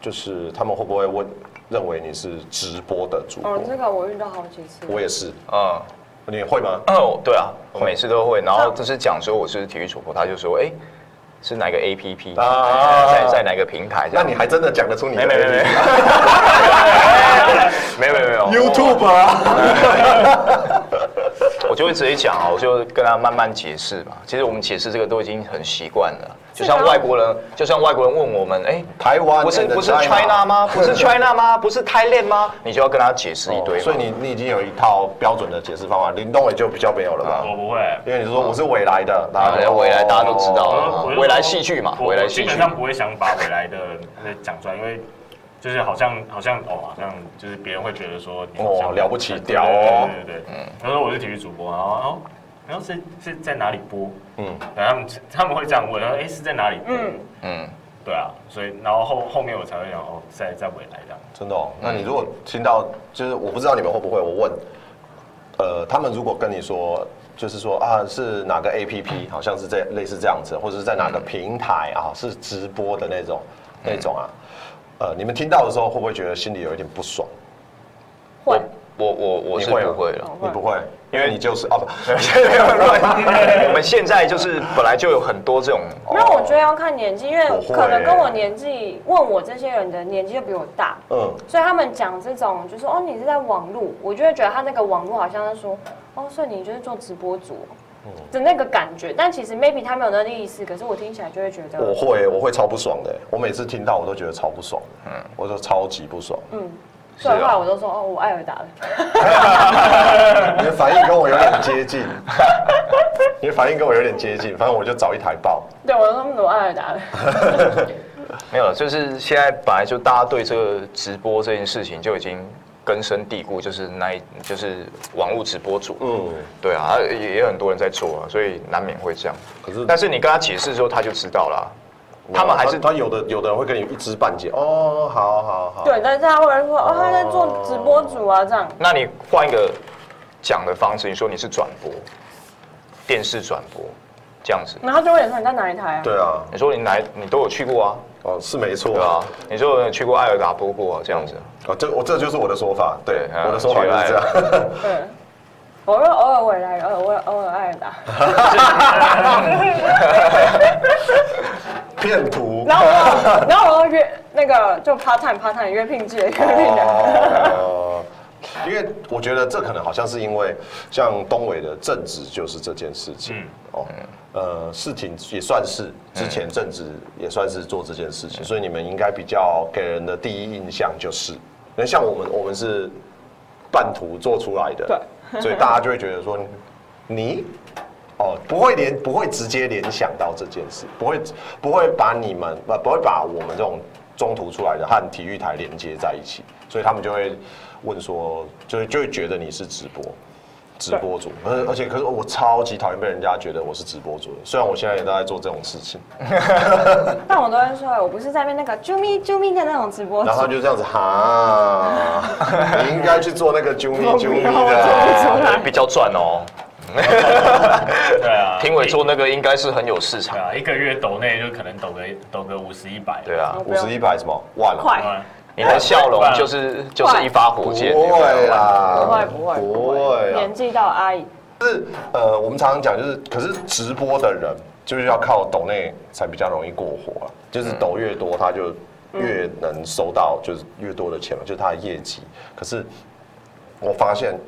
就是他们会不会问认为你是直播的主播？
哦，这个我遇到好几次。
我也是，啊
(clears throat) 嗯，
你会吗？
对啊，我每次都会，然后就是讲说我是体育主播，他就说，哎，是哪个 APP，
啊
在在哪个平台？这
那
样
你还真的讲得出你的
哎没没没没 (laughs) 没有没有没有
YouTube 啊？
我就会直接讲啊，我就跟他慢慢解释嘛。其实我们解释这个都已经很习惯了，就像外国人，就像外国人问我们，哎、
台湾
不是
and
不是
China
China (laughs) 吗？不是 China 吗？不是 Thailand 吗？你就要跟他解释一堆嘛、
哦所以你你已经有一套标准的解释方法，林东伟就比较没有了吧？
我不会。
因为你说我是未来的，大
啊，未来大家都知道
我
了嘛
我就，说
未来戏剧嘛，
我
未来
我
戏
基
剧
本。上不会想把未来的那讲出来，因为就是好像好像哦，好像就是别人会觉得说你好像
哦了不起屌哦
对对对对对对他说我是体育主播，然后然后然后是是在哪里播？嗯，然后他们他们会这样问，然后哎是在哪里播？
嗯，
嗯，
对啊，所以然后后后面我才会讲哦，在在未来这样。
真的哦。那你如果听到，就是我不知道你们会不会，我问，呃，他们如果跟你说，就是说啊，是哪个 APP，好像是这类似这样子，或者是在哪个平台啊，是直播的那种那种啊，呃，你们听到的时候会不会觉得心里有一点不爽？
会
我我我我是
你会吗
不会了。 (laughs)
你不会，因为你就是啊，不，
我们现在就是本来就有很多这种，
没有，我觉得要看年纪，因为
我会
可能跟我年纪问我这些人的年纪就比我大，
嗯，
所以他们讲这种就说哦你是在网路，我就会觉得他那个网路好像是说哦，所以你就是做直播主哦的那个感觉，但其实 maybe 他没有那个意思，可是我听起来就会觉
我
得
会，我会超不爽的。我每次听到我都觉得超不爽，嗯，我都超级不爽。
嗯，
是
所以后来
啊
我都说哦我艾尔达了， (laughs)
你的反应跟我有点接近， (laughs) 你的反应跟我有点接近，反正我就找一台报。
对我说嗯我艾尔达了，
没有了，就是现在本来就大家对这个直播这件事情就已经根深蒂固，就是那一就是网络直播主，
嗯，
对啊，啊也也有很多人在做啊，所以难免会这样。
可是
但是你跟他解释之后，他就知道了啊、他们还是
他有的有的人会跟你一知半解。哦，好好好。
对，但是他会说哦他在做直播主啊这样，
那你换一个讲的方式，你说你是转播，电视转播这样子，
然后他就会说你在哪一台啊？
对啊，
你说你来你都有去过啊，
哦是没错
对啊，你说有去过艾尔达播过啊，这样子啊，
哦，这我这就是我的说法，对
对，啊
我的说法就是这样。
对，我说偶尔我也来，偶尔我偶尔艾尔达。
(laughs) 骗徒。
然后我就，然后我就约那个就 part time part time 约聘制的约聘的， (laughs)
哦，因为我觉得这可能好像是因为像东伟的正职就是这件事情，
嗯
哦，呃，事情也算是之前正职也算是做这件事情，所以你们应该比较给人的第一印象就是，那像我们我们是半途做出来的，对，所以大家就会觉得说你。哦，不会联，不会直接联想到这件事，不会不会把你们不不会把我们这种中途出来的和体育台连接在一起，所以他们就会问说，就会就会觉得你是直播直播主，而而且可是哦我超级讨厌被人家觉得我是直播主的，虽然我现在也都在做这种事情，
但我都会说，我不是在那边那个啾咪啾咪的那种直播主
(laughs) 然后他，就这样子 (laughs) 哈，你应该去做那个啾咪啾咪
我
的
做不出
啊，
来
比较赚哦。
对啊，
评委做那个应该是很有市场
对，啊，一个月抖内就可能抖个抖个五十一百。
对啊，
五十一百什么万啊？
快
嗯，
你的笑容就是就是一发火
不
箭，
会啦，
不会不会
不会啊啦
年纪到阿姨，
就是呃，我们常常讲，就是可是直播的人就是要靠抖内才比较容易过活啊，就是抖越多，他就越能收到就是越多的钱嘛，就是他的业绩。可是我发现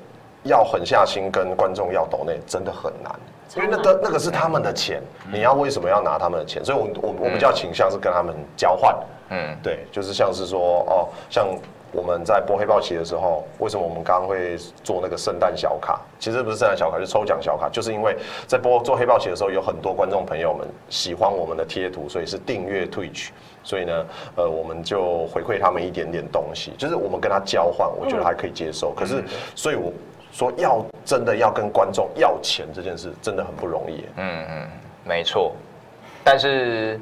要狠下心跟观众要抖内真的很难。因为那个那个是他们的钱，你要为什么要拿他们的钱？所以我，我我比较倾向是跟他们交换。
嗯，
对，就是像是说哦，像我们在播黑豹旗的时候，为什么我们刚刚会做那个圣诞小卡？其实不是圣诞小卡，是抽奖小卡，就是因为在播做黑豹旗的时候，有很多观众朋友们喜欢我们的贴图，所以是订阅 Twitch，所以呢，呃，我们就回馈他们一点点东西，就是我们跟他交换，我觉得还可以接受。可是，所以我。说要真的要跟观众要钱这件事真的很不容易耶，
嗯嗯，没错，但是。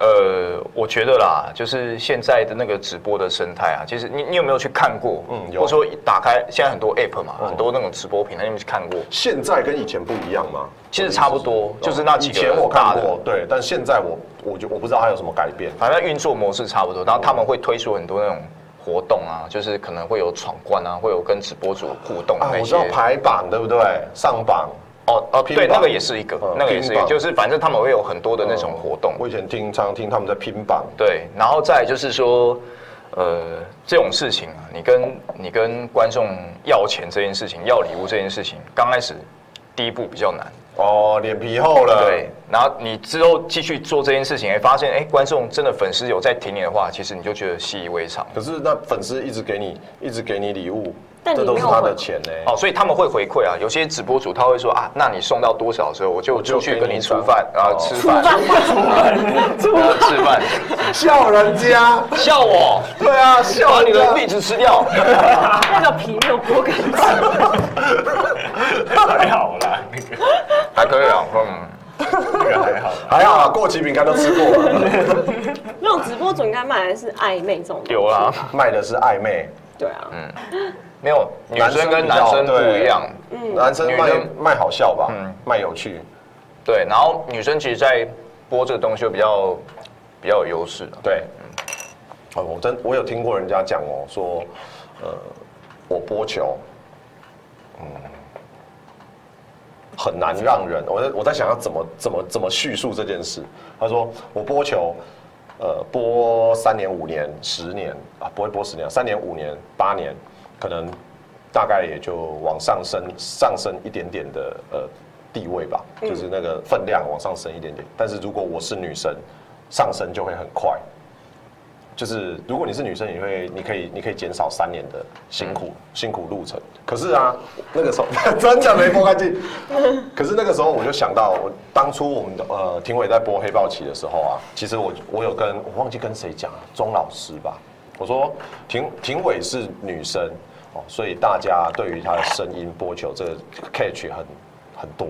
呃，我觉得啦，就是现在的那个直播的生态啊，其实你你有没有去看过？
嗯
嗯，
有嗯
或者说打开现在很多 app 嘛，很多那种直播平台，你有没有去看过？
现在跟以前不一样吗？
其实差不多就是那几
哦以
个
前我看
大
过
的，
对，但现在我我就我不知道它有什么改变。
反正运作模式差不多，然后他们会推出很多那种活动啊，就是可能会有闯关啊，会有跟直播主互动
啊，
那
我知
些。
道排榜对不对？上榜
哦哦，
拼
对，
榜
那个也是一个
嗯，
那个也是一
拼
个，
榜嗯
就是反正他们会有很多的那种活动。
我以前听常常听他们在拼榜，
对，然后再来就是说，呃，这种事情啊，你跟你跟观众要钱这件事情，要礼物这件事情，刚开始第一步比较难，
哦，脸皮厚了，
对，，然后你之后继续做这件事情，哎，发现哎，观众真的粉丝有在挺你的话，其实你就觉得习以为常。
可是那粉丝一直给你，一直给你礼物，
但你
这都是
没有
他的
回
钱呢、
哦，所以他们会回馈啊，有些直播主他会说啊，那你送到多少的时候，我就
就
出去
给
跟
你
你
一
吃
张
饭啊
哦，
吃饭，吃饭，吃饭， (laughs)
哦笑人家，
笑我，
对啊，笑
把你
人
的
家
栗子吃掉。
啊
那个皮没有剥干净，
还好啦，那个
(laughs) 还可以啊，嗯，
那个还好啦。
还好啊，过期饼干都吃过
(laughs)
了，
那种直播主应该卖的是暧昧这种东
啊
西，
有啦，
卖的是暧昧，
对啊，
嗯
没有女生跟男生不一样，
嗯
男生
女
卖
生
卖好笑吧，
嗯
卖有趣，
对，然后女生其实，在播这个东西就比较比较有优势了，
对，哦，我真我有听过人家讲哦，说，呃，我播球，嗯，很难让人，我在我在想要怎么怎么怎么叙述这件事。他说我播球，呃，播三年五年十年啊，不会播十年，三年五年八年，可能大概也就往上升上升一点点的呃地位吧，就是那个分量往上升一点点。但是如果我是女生，上升就会很快。就是如果你是女生，你会你可以你可以减少三年的辛苦、辛苦路程。可是啊，嗯 (laughs) 那个时候真的没播干净。可是那个时候我就想到，我当初我们的呃庭伟在播黑豹旗的时候啊，其实我我有跟我忘记跟谁讲了，钟老师吧，我说庭庭伟是女生哦，所以大家对于她的声音播球这个 catch 很很多，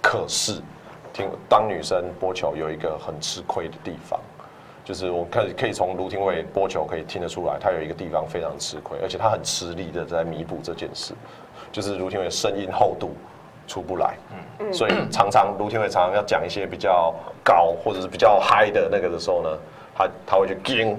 可是听当女生播球有一个很吃亏的地方。就是我可以可以从卢廷伟播球可以听得出来，他有一个地方非常吃亏，而且他很吃力的在弥补这件事，就是卢廷伟声音厚度出不来，
嗯
嗯
所以常常卢廷伟常常要讲一些比较高或者是比较嗨的那个的时候呢，他他会去盯，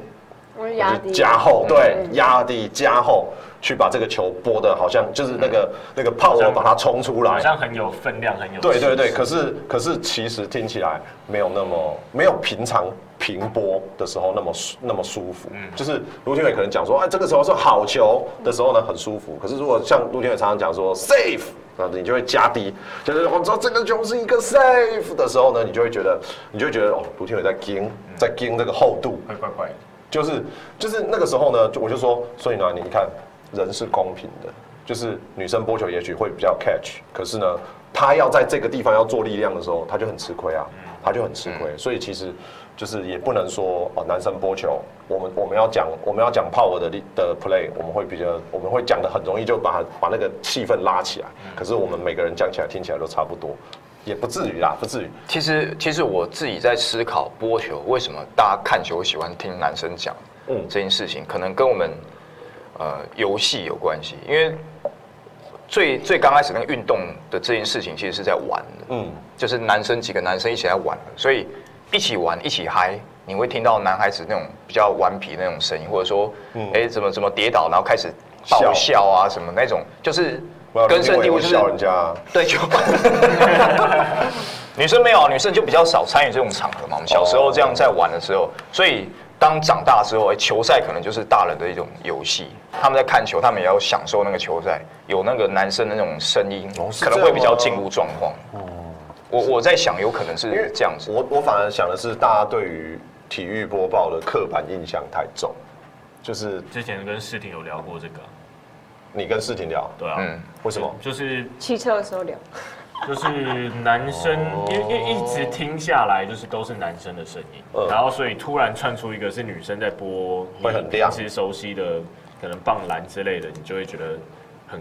我是压
就
低，嗯
是加厚，对，压低加厚去把这个球拨的好像就是那个那个炮我把它冲出来
嗯好，像很有分量，很有
对对对，
气势
可是可是其实听起来没有那么没有平常平播的时候那么舒那么舒服。就是卢天伟可能讲说，哎，这个时候是好球的时候呢，很舒服。可是如果像卢天伟常常讲说 safe，那你就会加低，就是我知道这个球是一个 safe 的时候呢，你就会觉得你就会觉得哦，卢天伟在盯在盯这个厚度，
会怪怪的。
就是就是那个时候呢，就我就说，所以呢，你看人是公平的，就是女生播球也许会比较 catch，可是呢，她要在这个地方要做力量的时候，她就很吃亏啊，她就很吃亏。所以其实就是也不能说哦，男生播球，我们我们要讲我们要讲 power 的力的 play，我们会比较我们会讲的很容易就把把那个气氛拉起来，可是我们每个人讲起来听起来都差不多，也不至于啦，不至于。
其实其实我自己在思考播球为什么大家看球喜欢听男生讲
嗯
这件事情，可能跟我们呃游戏有关系，因为最最刚开始那个运动的这件事情其实是在玩的，
嗯，
就是男生几个男生一起来玩，所以一起玩一起嗨，你会听到男孩子那种比较顽皮那种声音，或者说，哎、怎么怎么跌倒，然后开始爆
嗯笑
笑啊什么那种，就是
我要
根深蒂固，
我
就是
笑人家啊。
对，就 (laughs) 女生没有，啊女生就比较少参与这种场合嘛。我
哦
们小时候这样在玩的时候，所以当长大之后，诶球赛可能就是大人的一种游戏。他们在看球，他们也要享受那个球赛，有那个男生的那种声音
哦，是
可能
这样
会比较
吗哦
进入状况。我我在想，有可能
因为
是这样子。
我我反而想的是，大家对于体育播报的刻板印象太重，就是
之前跟世婷有聊过这个，
你跟世婷聊，
对啊，
嗯，
为什么？
就是
骑车的时候聊，
就是男生，因为因为一直听下来就是都是男生的声音，
嗯
然后所以突然窜出一个是女生在播，
会很亮
你平时熟悉的可能棒篮之类的，你就会觉得很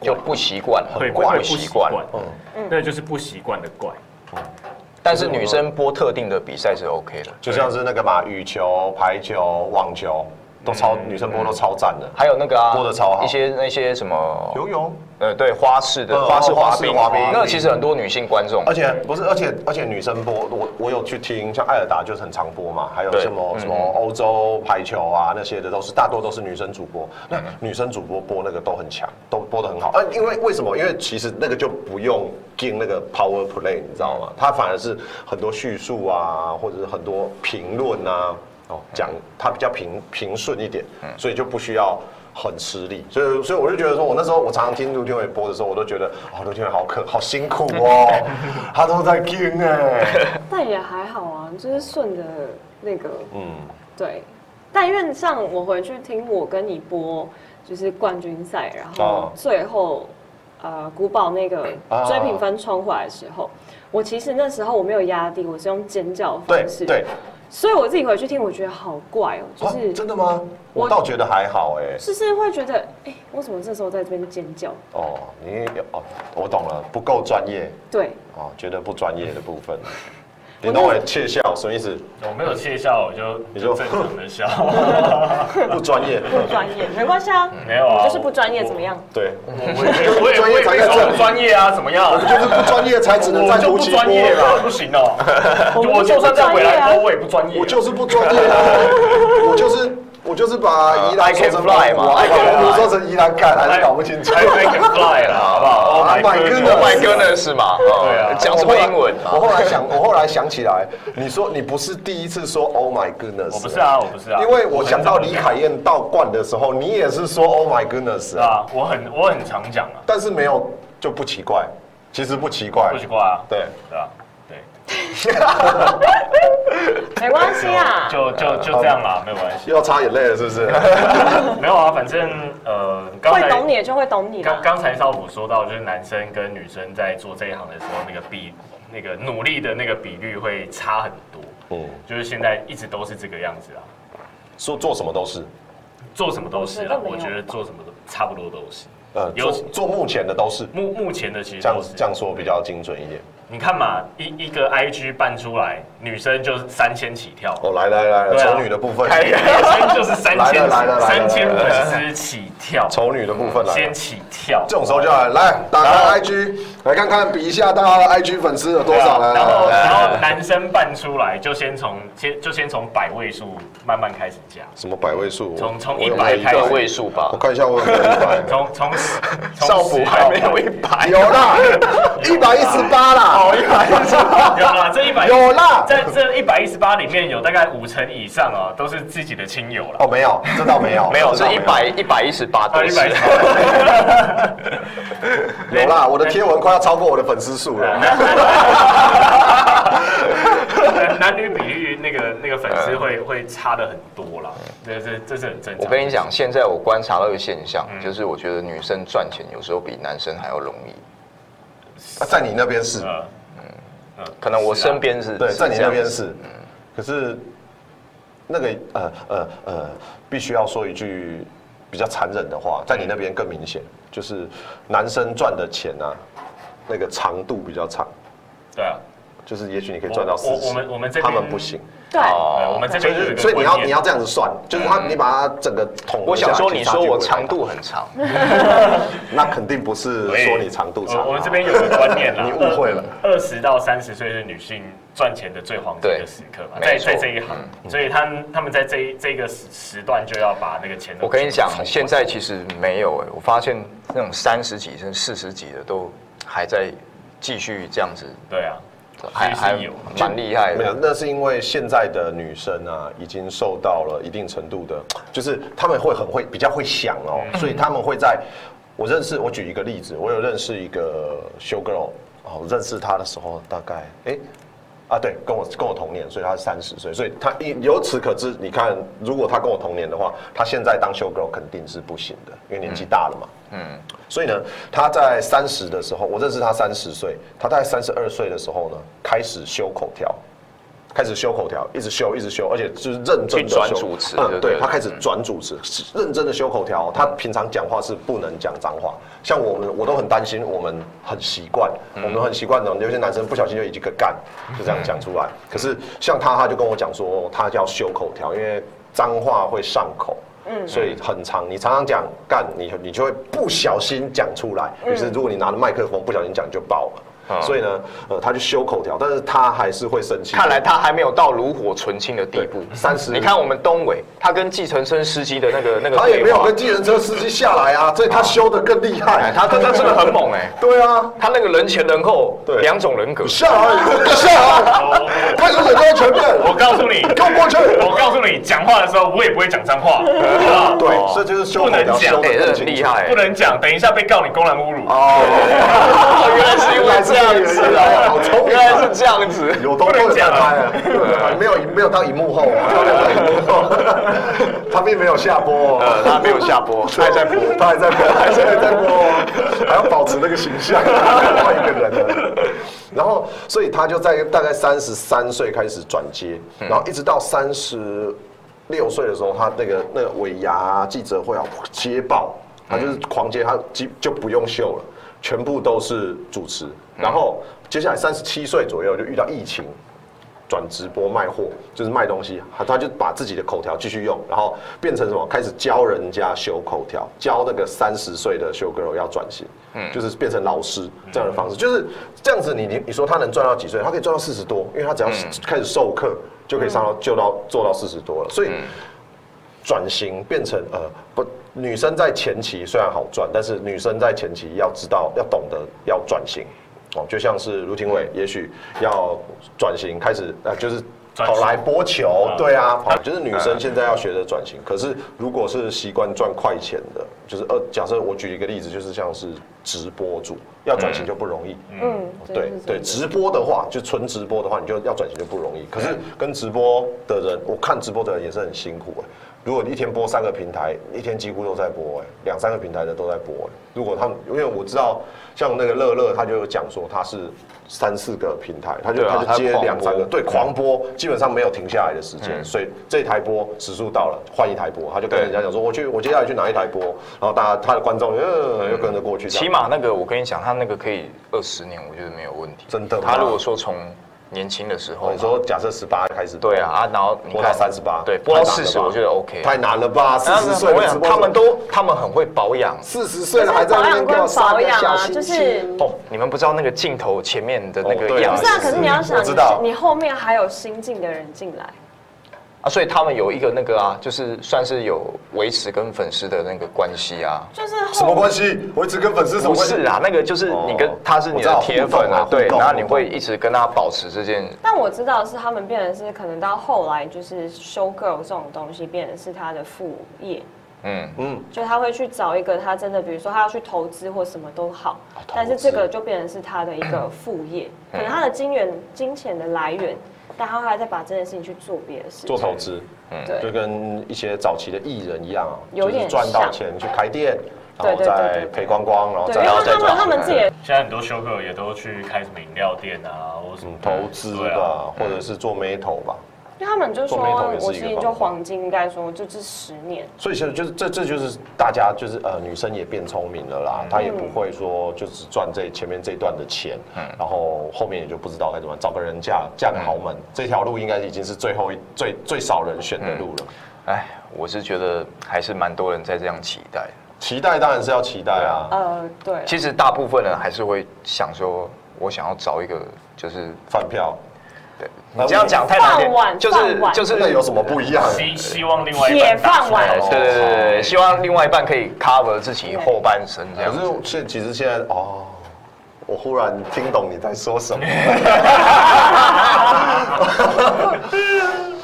就不习惯了，
会
不
会不
习
习
惯
惯，
了。
嗯
嗯，那就是不习惯的怪。
但是女生播特定的比赛是 OK 的，
就像是那个嘛，羽球、排球、网球都超
嗯
女生播都超赞的，
还有那个啊，
播得超好
一些那些什么，
游泳。
呃，对，花式的
嗯
花式
花
滑
式
冰，
滑冰
那个其实很多女性观众
而，且不是，而且而且女生播，我我有去听，像艾尔达就是很常播嘛，还有
对
什么什么欧洲排球啊那些的，都是大多都是女生主播。那女生主播播那个都很强，都播得很好。啊，因为为什么？因为其实那个就不用进那个 Power Play，你知道吗？它反而是很多叙述啊，或者是很多评论啊，哦，讲它比较平平顺一点，所以就不需要。很吃力，所以所以我就觉得说，我那时候我常常听卢天伟播的时候，我都觉得哦，卢天伟好可好辛苦哦，他都在听哎，
但也还好啊，就是顺着那个
嗯，
对，但因为像我回去听我跟你播就是冠军赛，然后
哦
最后、呃古堡那个
啊
追平分冲回来的时候，我其实那时候我没有压低，我是用尖叫的
对
方式，
对，
所以我自己回去听，我觉得好怪哦、就
哇
是、
真的吗？我倒觉得还好哎，
就是会觉得，哎、为什么这时候在这边尖叫？
哦，你哦，我懂了，不够专业
对，
哦，觉得不专业的部
(laughs)
分，
我
你
那
懂我的窃笑什么意思？
我没有窃笑，我就
你
就
就
正常的笑，
不专
(laughs)
业，
不专业没关系啊，
(laughs) 没有啊，
就是不专业怎么样？
对，
我？我也我也我也可以说很专业啊，怎么样？
就是不专业才只能
我
在
就
夫
不
妻播
专业了， (laughs) 不行
(laughs)
哦。我就算在未来播，我也不专业。
啊我就是不专业啊，
(laughs)
我就是我就是把宜兰说成
啊 I can fly 嘛
我
I can
把我说成宜兰干，还是搞不清楚。
I can fly
(laughs)
了，好不好？Oh
Oh my goodness
Oh my goodness 嘛，哦
对啊
讲什么英文
我后来想，我后来想起来，你说你不是第一次说 Oh my goodness，
我不是啊，我不是啊，
因为我想到李凯燕倒冠的时候，你也是说 Oh my goodness
是
啊，
啊，我很我很常讲啊，
但是没有就不奇怪，其实不奇怪
不，奇怪啊，
对， (laughs)
对啊，对，
没关系啊，
就就就这样啦，没有关系，
又要擦眼泪了，是不是？
没有啊，反正呃，刚
会
才
懂你的就会懂你
刚
的。
刚才少辅说到，就是男生跟女生在做这一行的时候，那个比那个努力的那个比率会差很多，
嗯，
就是现在一直都是这个样子啊，
说做什么都是，
做什么都是啊，我
我觉得没有
觉得做什么都差不多都是。
呃，
有嗯
做做目前的都是，
目目前的其实
这样
都是
这样说比较精准一点。
你看嘛，一一个 IG 办出来，女生就是三千起跳，
哦，来来来
对
来，
啊
丑女的部分，
(laughs) 女生就是三千
来了来了来了
三千粉丝起跳，
丑女的部分来
先
了。
起跳。
这种时候就要来来打
然后
开 IG，来看看比一下大家的 IG 粉丝有多
对
少来
啊然
来
后，
来，
然后男生办出来就先从先就先从百位数慢慢开始加，
什么百位数？我
从从
我有
100
没有一
开始
百
个位数吧
我。看一下我有没有一百。
从从十从
少辅
10
还
到
没有一百，
有啦，一百一十八啦，
一百一十八，
有啦，这一百
有啦。
在这一百一十八里面有大概五成以上啊，都是自己的亲友了。
(laughs) 哦，没有，这倒没有，
(laughs) 没有
这
是
倒
一百一百一十八
啊，
都
一
是
百。
(laughs) 有啦，我的贴文快要超过我的粉丝数了。
(laughs) 男女比率那个那个粉丝会会差的很多啦，这这这是很正常。
我跟你讲，，现在我观察到一个现象，就是我觉得女生赚钱有时候比男生还要容易。
啊在你那边是，
呃，嗯，
可能我身边是
啊对，在你那边
是
是，可是那个呃呃呃，必须要说一句比较残忍的话，在你那边更明显，就是男生赚的钱啊，那个长度比较长，
这样
就是也许你可以
对啊，
赚到
啊我
四
我
十，
我们我们这
他
边
们不行，
对，
呃我
哦。
们这
所
边有一
以
个
所以你要
观念
你要这样子算，就是他你把他整个统合
我
下来，
想说，你说我
其实差距
长
不会
度很长，
太大，那肯定不是说你长啊度
我
长，
我们这边有个观念
(laughs)
啦，
你误会了
二十到三十岁是女性赚钱的最黄金的时刻嘛，在
没错
在这一
嗯
行，所以他们他们在这一这个时时段就要把那个钱都。
我跟你
(laughs)
讲，现在其实没有哎、我发现那种三十几甚至四十几的都还在继续这样子，
对啊，
还
其实
还
有
蛮厉害
没有，
的。
哎那是因为现在的女生啊，已经受到了一定程度的，就是她们会很会比较会想哦，
嗯
所以她们会在。我认识，我举一个例子，我有认识一个 show girl，哦，我认识她的时候大概，哎、啊，对，跟我跟我同年，所以她三十岁，所以她一由此可知，你看，如果她跟我同年的话，她现在当 show girl 肯定是不行的，因为年
嗯
纪大了嘛。所以呢，他在三十的时候，我认识他三十岁，他大概三十二岁的时候呢，开始修口条，开始修口条，一直修一直修，而且就是认真
去
的
转主持
嗯，
对不对
对他开始转主持，认真的修口条。他平常讲话是不能讲脏话，像我们我都很担心，我们很习惯，
嗯
我们很习惯的，有些男生不小心就一个干就这样讲出来。
嗯
可是像他，他就跟我讲说，他要修口条，因为脏话会上口。嗯，所以很长，你常常讲干，你你就会不小心讲出来。于是，如果你拿着麦克风不小心讲，就爆了。
嗯
所以呢，呃，他就修口条，但是他还是会生气。
看来他还没有到炉火纯青的地步。
三十，
你看我们东伟，他跟计程车司机的那个那个
他也没
对
有
话
跟，计程车司机下来啊，所以他修的更厉害。
哎他他他真的很猛哎，
(laughs) 对啊，
他那个人前人后
对
两种人格。 (laughs)
下来下来，派出所在前
哦
我
面，
告诉你，
给我过去。
我告诉你，讲话的时候我也不会讲脏话，好不好
哦
对，这就是修口
不能
条修
讲
哎，
的
这
更
很
清
厉
楚。
害
不
哎。
能讲，等一下被告你公然侮辱。
哦，
哦，原来是因为这样子啊！
好聪明啊
原来是这样子。
有都不能讲啊，没有没有到荧幕后，啊
(laughs)
他并没有下播。
呃，他没有
(laughs)
下播，
啊
他还在播。
他还在播，还在在播哦，还要保持那个形象，换一个人了。然后，所以他就在大概三十三岁开始转接，然后一直到三十六岁的时候，他那个那个尾牙记者会啊接爆，他就是狂接，他就就不用秀了，全部都是主持。然后接下来三十七岁左右就遇到疫情，转直播卖货，就是卖东西，他他就把自己的口条继续用，然后变成什么？开始教人家修口条，教那个三十岁的修 girl 要转型，就是变成老师这样的方式，就是这样子你。你你说他能赚到几岁？他可以赚到四十多，因为他只要开始授课就可以上到就到做到四十多了，所以。转型变成呃不，女生在前期虽然好赚，但是女生在前期要知道要懂得要转型哦，就像是卢廷伟，也许要转型开始呃就是。
转型
跑来播球
啊，
对啊，跑就是女生现在要学的转型。可是如果是习惯赚快钱的，就是呃，假设我举一个例子，就是像是直播主要转型就不容易，
嗯，
对对，直播的话，就纯直播的话，你就要转型就不容易。可是跟直播的人，我看直播的人也是很辛苦哎、如果你一天播三个平台，一天几乎都在播哎、两三个平台的都在播哎、如果他们，因为我知道像那个乐乐，他就有讲说他是三四个平台，他就、
对啊
他就接
他狂播嗯
两三个，对，狂播，基本上没有停下来的时间。所以这一台播时速到了，换一台播，他就跟
对
人家讲说，我去，我接下来去哪一台播，然后大家他的观众呃又跟着过去这样，
起码那个，我跟你讲，他那个可以二十年，我觉得没有问题。
真的吗哦
他如果说从年轻的时候，
你说假设十八开始播，
对啊啊，然后你
播到
看
38
对，播到
太难了
四十，
吧
我觉得 OK。啊
太难了吧？四
但是
十岁
我
的直
想
播
他们都他们很会保养。
四十岁了，还在那边给我杀
保
个
养
小
啊，
心
就
机
是。
哦，你们不知道那个镜头前面的那
哦
个
对啊
样
不
子
是啊，可是你要想，
我知道
你你后面还有新进的人进来，
啊，所以他们有一个那个啊，就是算是有维持跟粉丝的那个关系啊。
就是
什么
后
关系？我一直跟粉丝什么
不
关系？
是啊，那个就是你跟
哦
他是你
我知
的
道
铁粉啊
互动啊，
对，
互动
然后你
互动
会一直跟他保持这件
但我知道的是他们变成是可能到后来就是修 girl 这种东西变成是他的副业，
嗯，
就他会去找一个他真的，比如说他要去投资或什么都好，
哦
投资
但是这个就变成是他的一个副业，
嗯
可能他的金源金钱的来源，但他后来再把这件事情去做别的事情
做。投资，嗯就
对，
跟一些早期的艺人一样啊，
有
就是
点
赚到
像
钱去开店，然
对
后
对对对
再
对
赔光光，然后
对，
再嗯
因为
再
他
转
们他们自己也
现在很多修 girl 也都去开什么饮料店啊，或者什么
嗯投资
对啊
嗯
吧，或者是做眉头吧。
因为他们就说
做眉头也，是一个
我是研究黄金，应该说就这十年，
所以现在就是这这就是大家就是呃女生也变聪明了
嗯
啦，她也不会说就只赚这前面这一段的钱，然后后面也就不知道该怎么办找个人嫁嫁个豪门，这条路应该已经是最后一最最少人选的路了。
哎，我是觉得还是蛮多人在这样期待的。
期待当然是要期待啊，
嗯
呃，对，
其实大部分人还是会想说，我想要找一个就是
饭票
你这样讲太难
饭碗
听，就是
饭碗
就是
真的有什么不一样？
希希望另外一
铁
半
饭
打出来
碗
哎，对对对对，
哦
希望另外一半可以 cover 自己后半生这
可
样
是
子。
现其实现在哦，我忽然听懂你在说什么。
(laughs)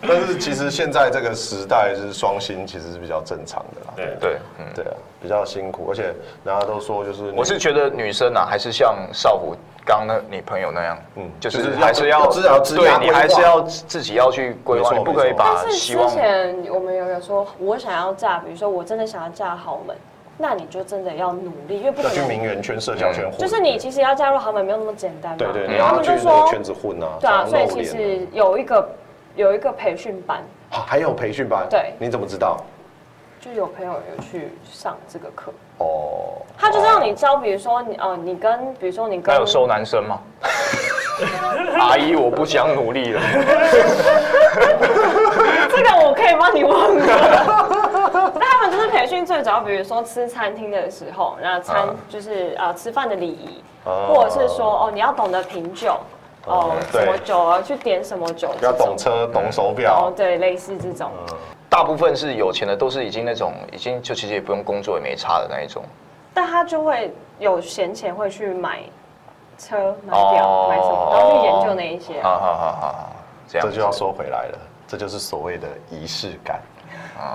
但是其实现在这个时代是双薪，其实是比较正常的啦。
对
对，嗯，
对啊，比较辛苦，而且大家都说就是你
我是觉得女生啊，还是像少虎刚那你朋友那样，嗯
嗯，
就
就是是要
还是
要
要
知道知道
对你
规划
还是要自己要去规划，
没
你
错
不可以
没错
把
但是
希
之
望
前我们有人说，我想要嫁，比如说我真的想要嫁豪门，那你就真的要努力，因为不
要
可
去名
能。
媛圈、社交
嗯
圈混，
就是你其实要加入豪门没有那么简单嘛，
对对，你
他
要
们
去
就
那个
说
圈子混啊，
对啊，
这
所
样
以
露
其
脸啊
实有一个有一个培训班，
啊还有培训班，
对
你怎么知道？
就有朋友有去上这个课，
哦，
他就是让你教，比如说你哦、你跟比如说你
还
跟
有收男
(laughs)
生吗？阿姨，我不想努力了。
这个我可以帮你问的。 (laughs) 那他们就是培训最主要，比如说吃餐厅的时候，那餐
啊
就是呃吃饭的礼仪，
哦
或者是说哦你要懂得品酒，哦
嗯
什么
对
酒啊，去点什么酒，
要懂车、懂手
哦
表，
对，类似这种，
大部分是有钱的，都是已经那种已经就其实也不用工作也没差的那一种。
但他就会有闲钱会去买车、买
哦啊
表、买什么，然后去研究那一些。
好好好好好，这样
这
子
就要说回来了，这就是所谓的仪式感。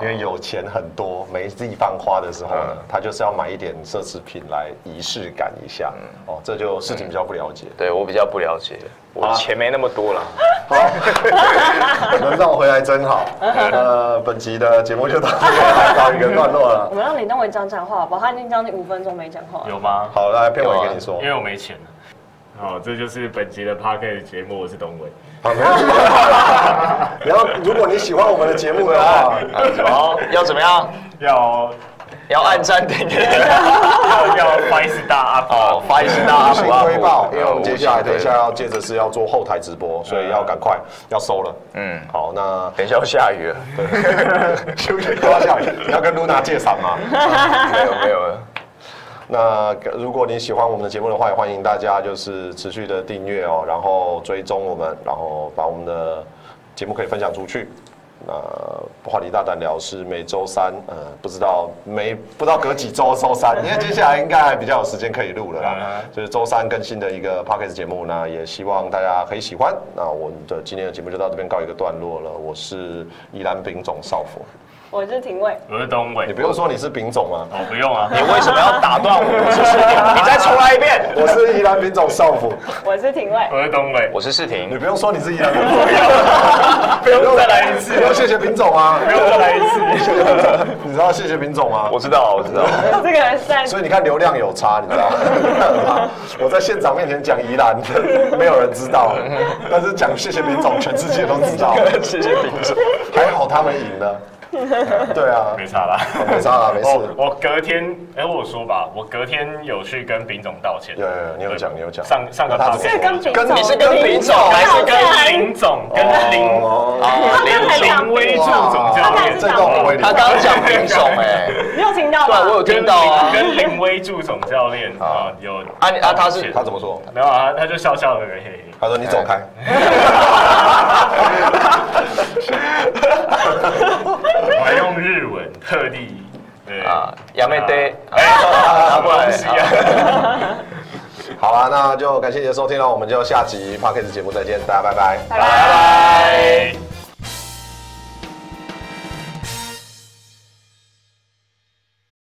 因为有钱很多，没地方花的时候
嗯
呢，他就是要买一点奢侈品来仪式感一下。
嗯
哦，这就事情比较不了解。
对我比较不了解，我
啊
钱没那么多了。嗯
轮到我回来真好。呃，本集的节目就到这边告一个段落
我
了。
们让李登伟讲讲话好不好？他已经将近五分钟没讲话了。
有吗？
好，来片尾跟你说
嗯
因。为我没钱了。好，这就是本集的 p a r k 节目，我是董伟。
好，没问题然后，如 (laughs) 果你喜欢我们的节目的话，
(laughs) 好，要怎么样？
要
要按赞 (laughs) 订阅
要要 five star up
哦，发一声大
五
家
星
不要
推爆，因为我们
嗯
接下来等一下
五星
要接着是要做后台直播，所以要赶快要收了。嗯，好，那
推等一下要下雨了，
(laughs) 休息一下，你要跟露娜借伞吗？ (laughs)
没有没有了，
那如果你喜欢我们的节目的话，也欢迎大家就是持续的订阅哦，然后追踪我们，然后把我们的节目可以分享出去。那话题大胆聊是每周三，呃，不知道每 (laughs) 不知道隔几周周三，因为接下来应该还比较有时间可以录了啦，就是周三更新的一个 podcast 节目，那也希望大家可以喜欢。那我们的今天的节目就到这边告一个段落了，我是宜兰丙种少辅，
我是廷尉，
我是董伟
哎你。不用说你是丙种吗？
哦，不用啊，
你为什么要打断我？只是你你再重来一遍。
(laughs) 我是宜兰丙种少辅。
我是廷尉。
我是董伟，
我是世
你
廷，
不用说你自己的，不
(laughs) 不用再来一次，
要谢谢品总啊，
不用再来一次。
你知道谢谢品总吗
我？知道我知道，
这个人在
所以你看流量有差，你知道吗？ (laughs) 我在县长面前讲宜兰， (laughs) 没有人知道，但是讲谢谢品总，全世界都知道，
(laughs) 谢谢品总。
还好他们赢了。对啊，
没差啦，
没差啊啦，没事。
我我隔天，哎，我有说吧，我隔天有去跟丙总道歉。
有有有你有讲你有讲
上上个
那他
podcast
怎
是跟丙
跟
总，
你是
跟丙总
还是跟
跟
林总，跟林
哦，
啊，林
他才两
总，
林威助总教练，
这段我会
他刚刚讲品种哎，
你有听到
对，我有
吗？
听到啊。
跟林威助总教练啊有
啊你啊他是
他怎么说？
没有啊，他就笑笑的，嘿嘿。
他说你走开。
我还用日文特地对
啊，亚美
对
爹，啊，不然
东西啊，
好啊，哦那就感谢你的收听了，我们就下集 p o d c a s t 节目再见，大家拜拜。
拜拜。
拜。
哎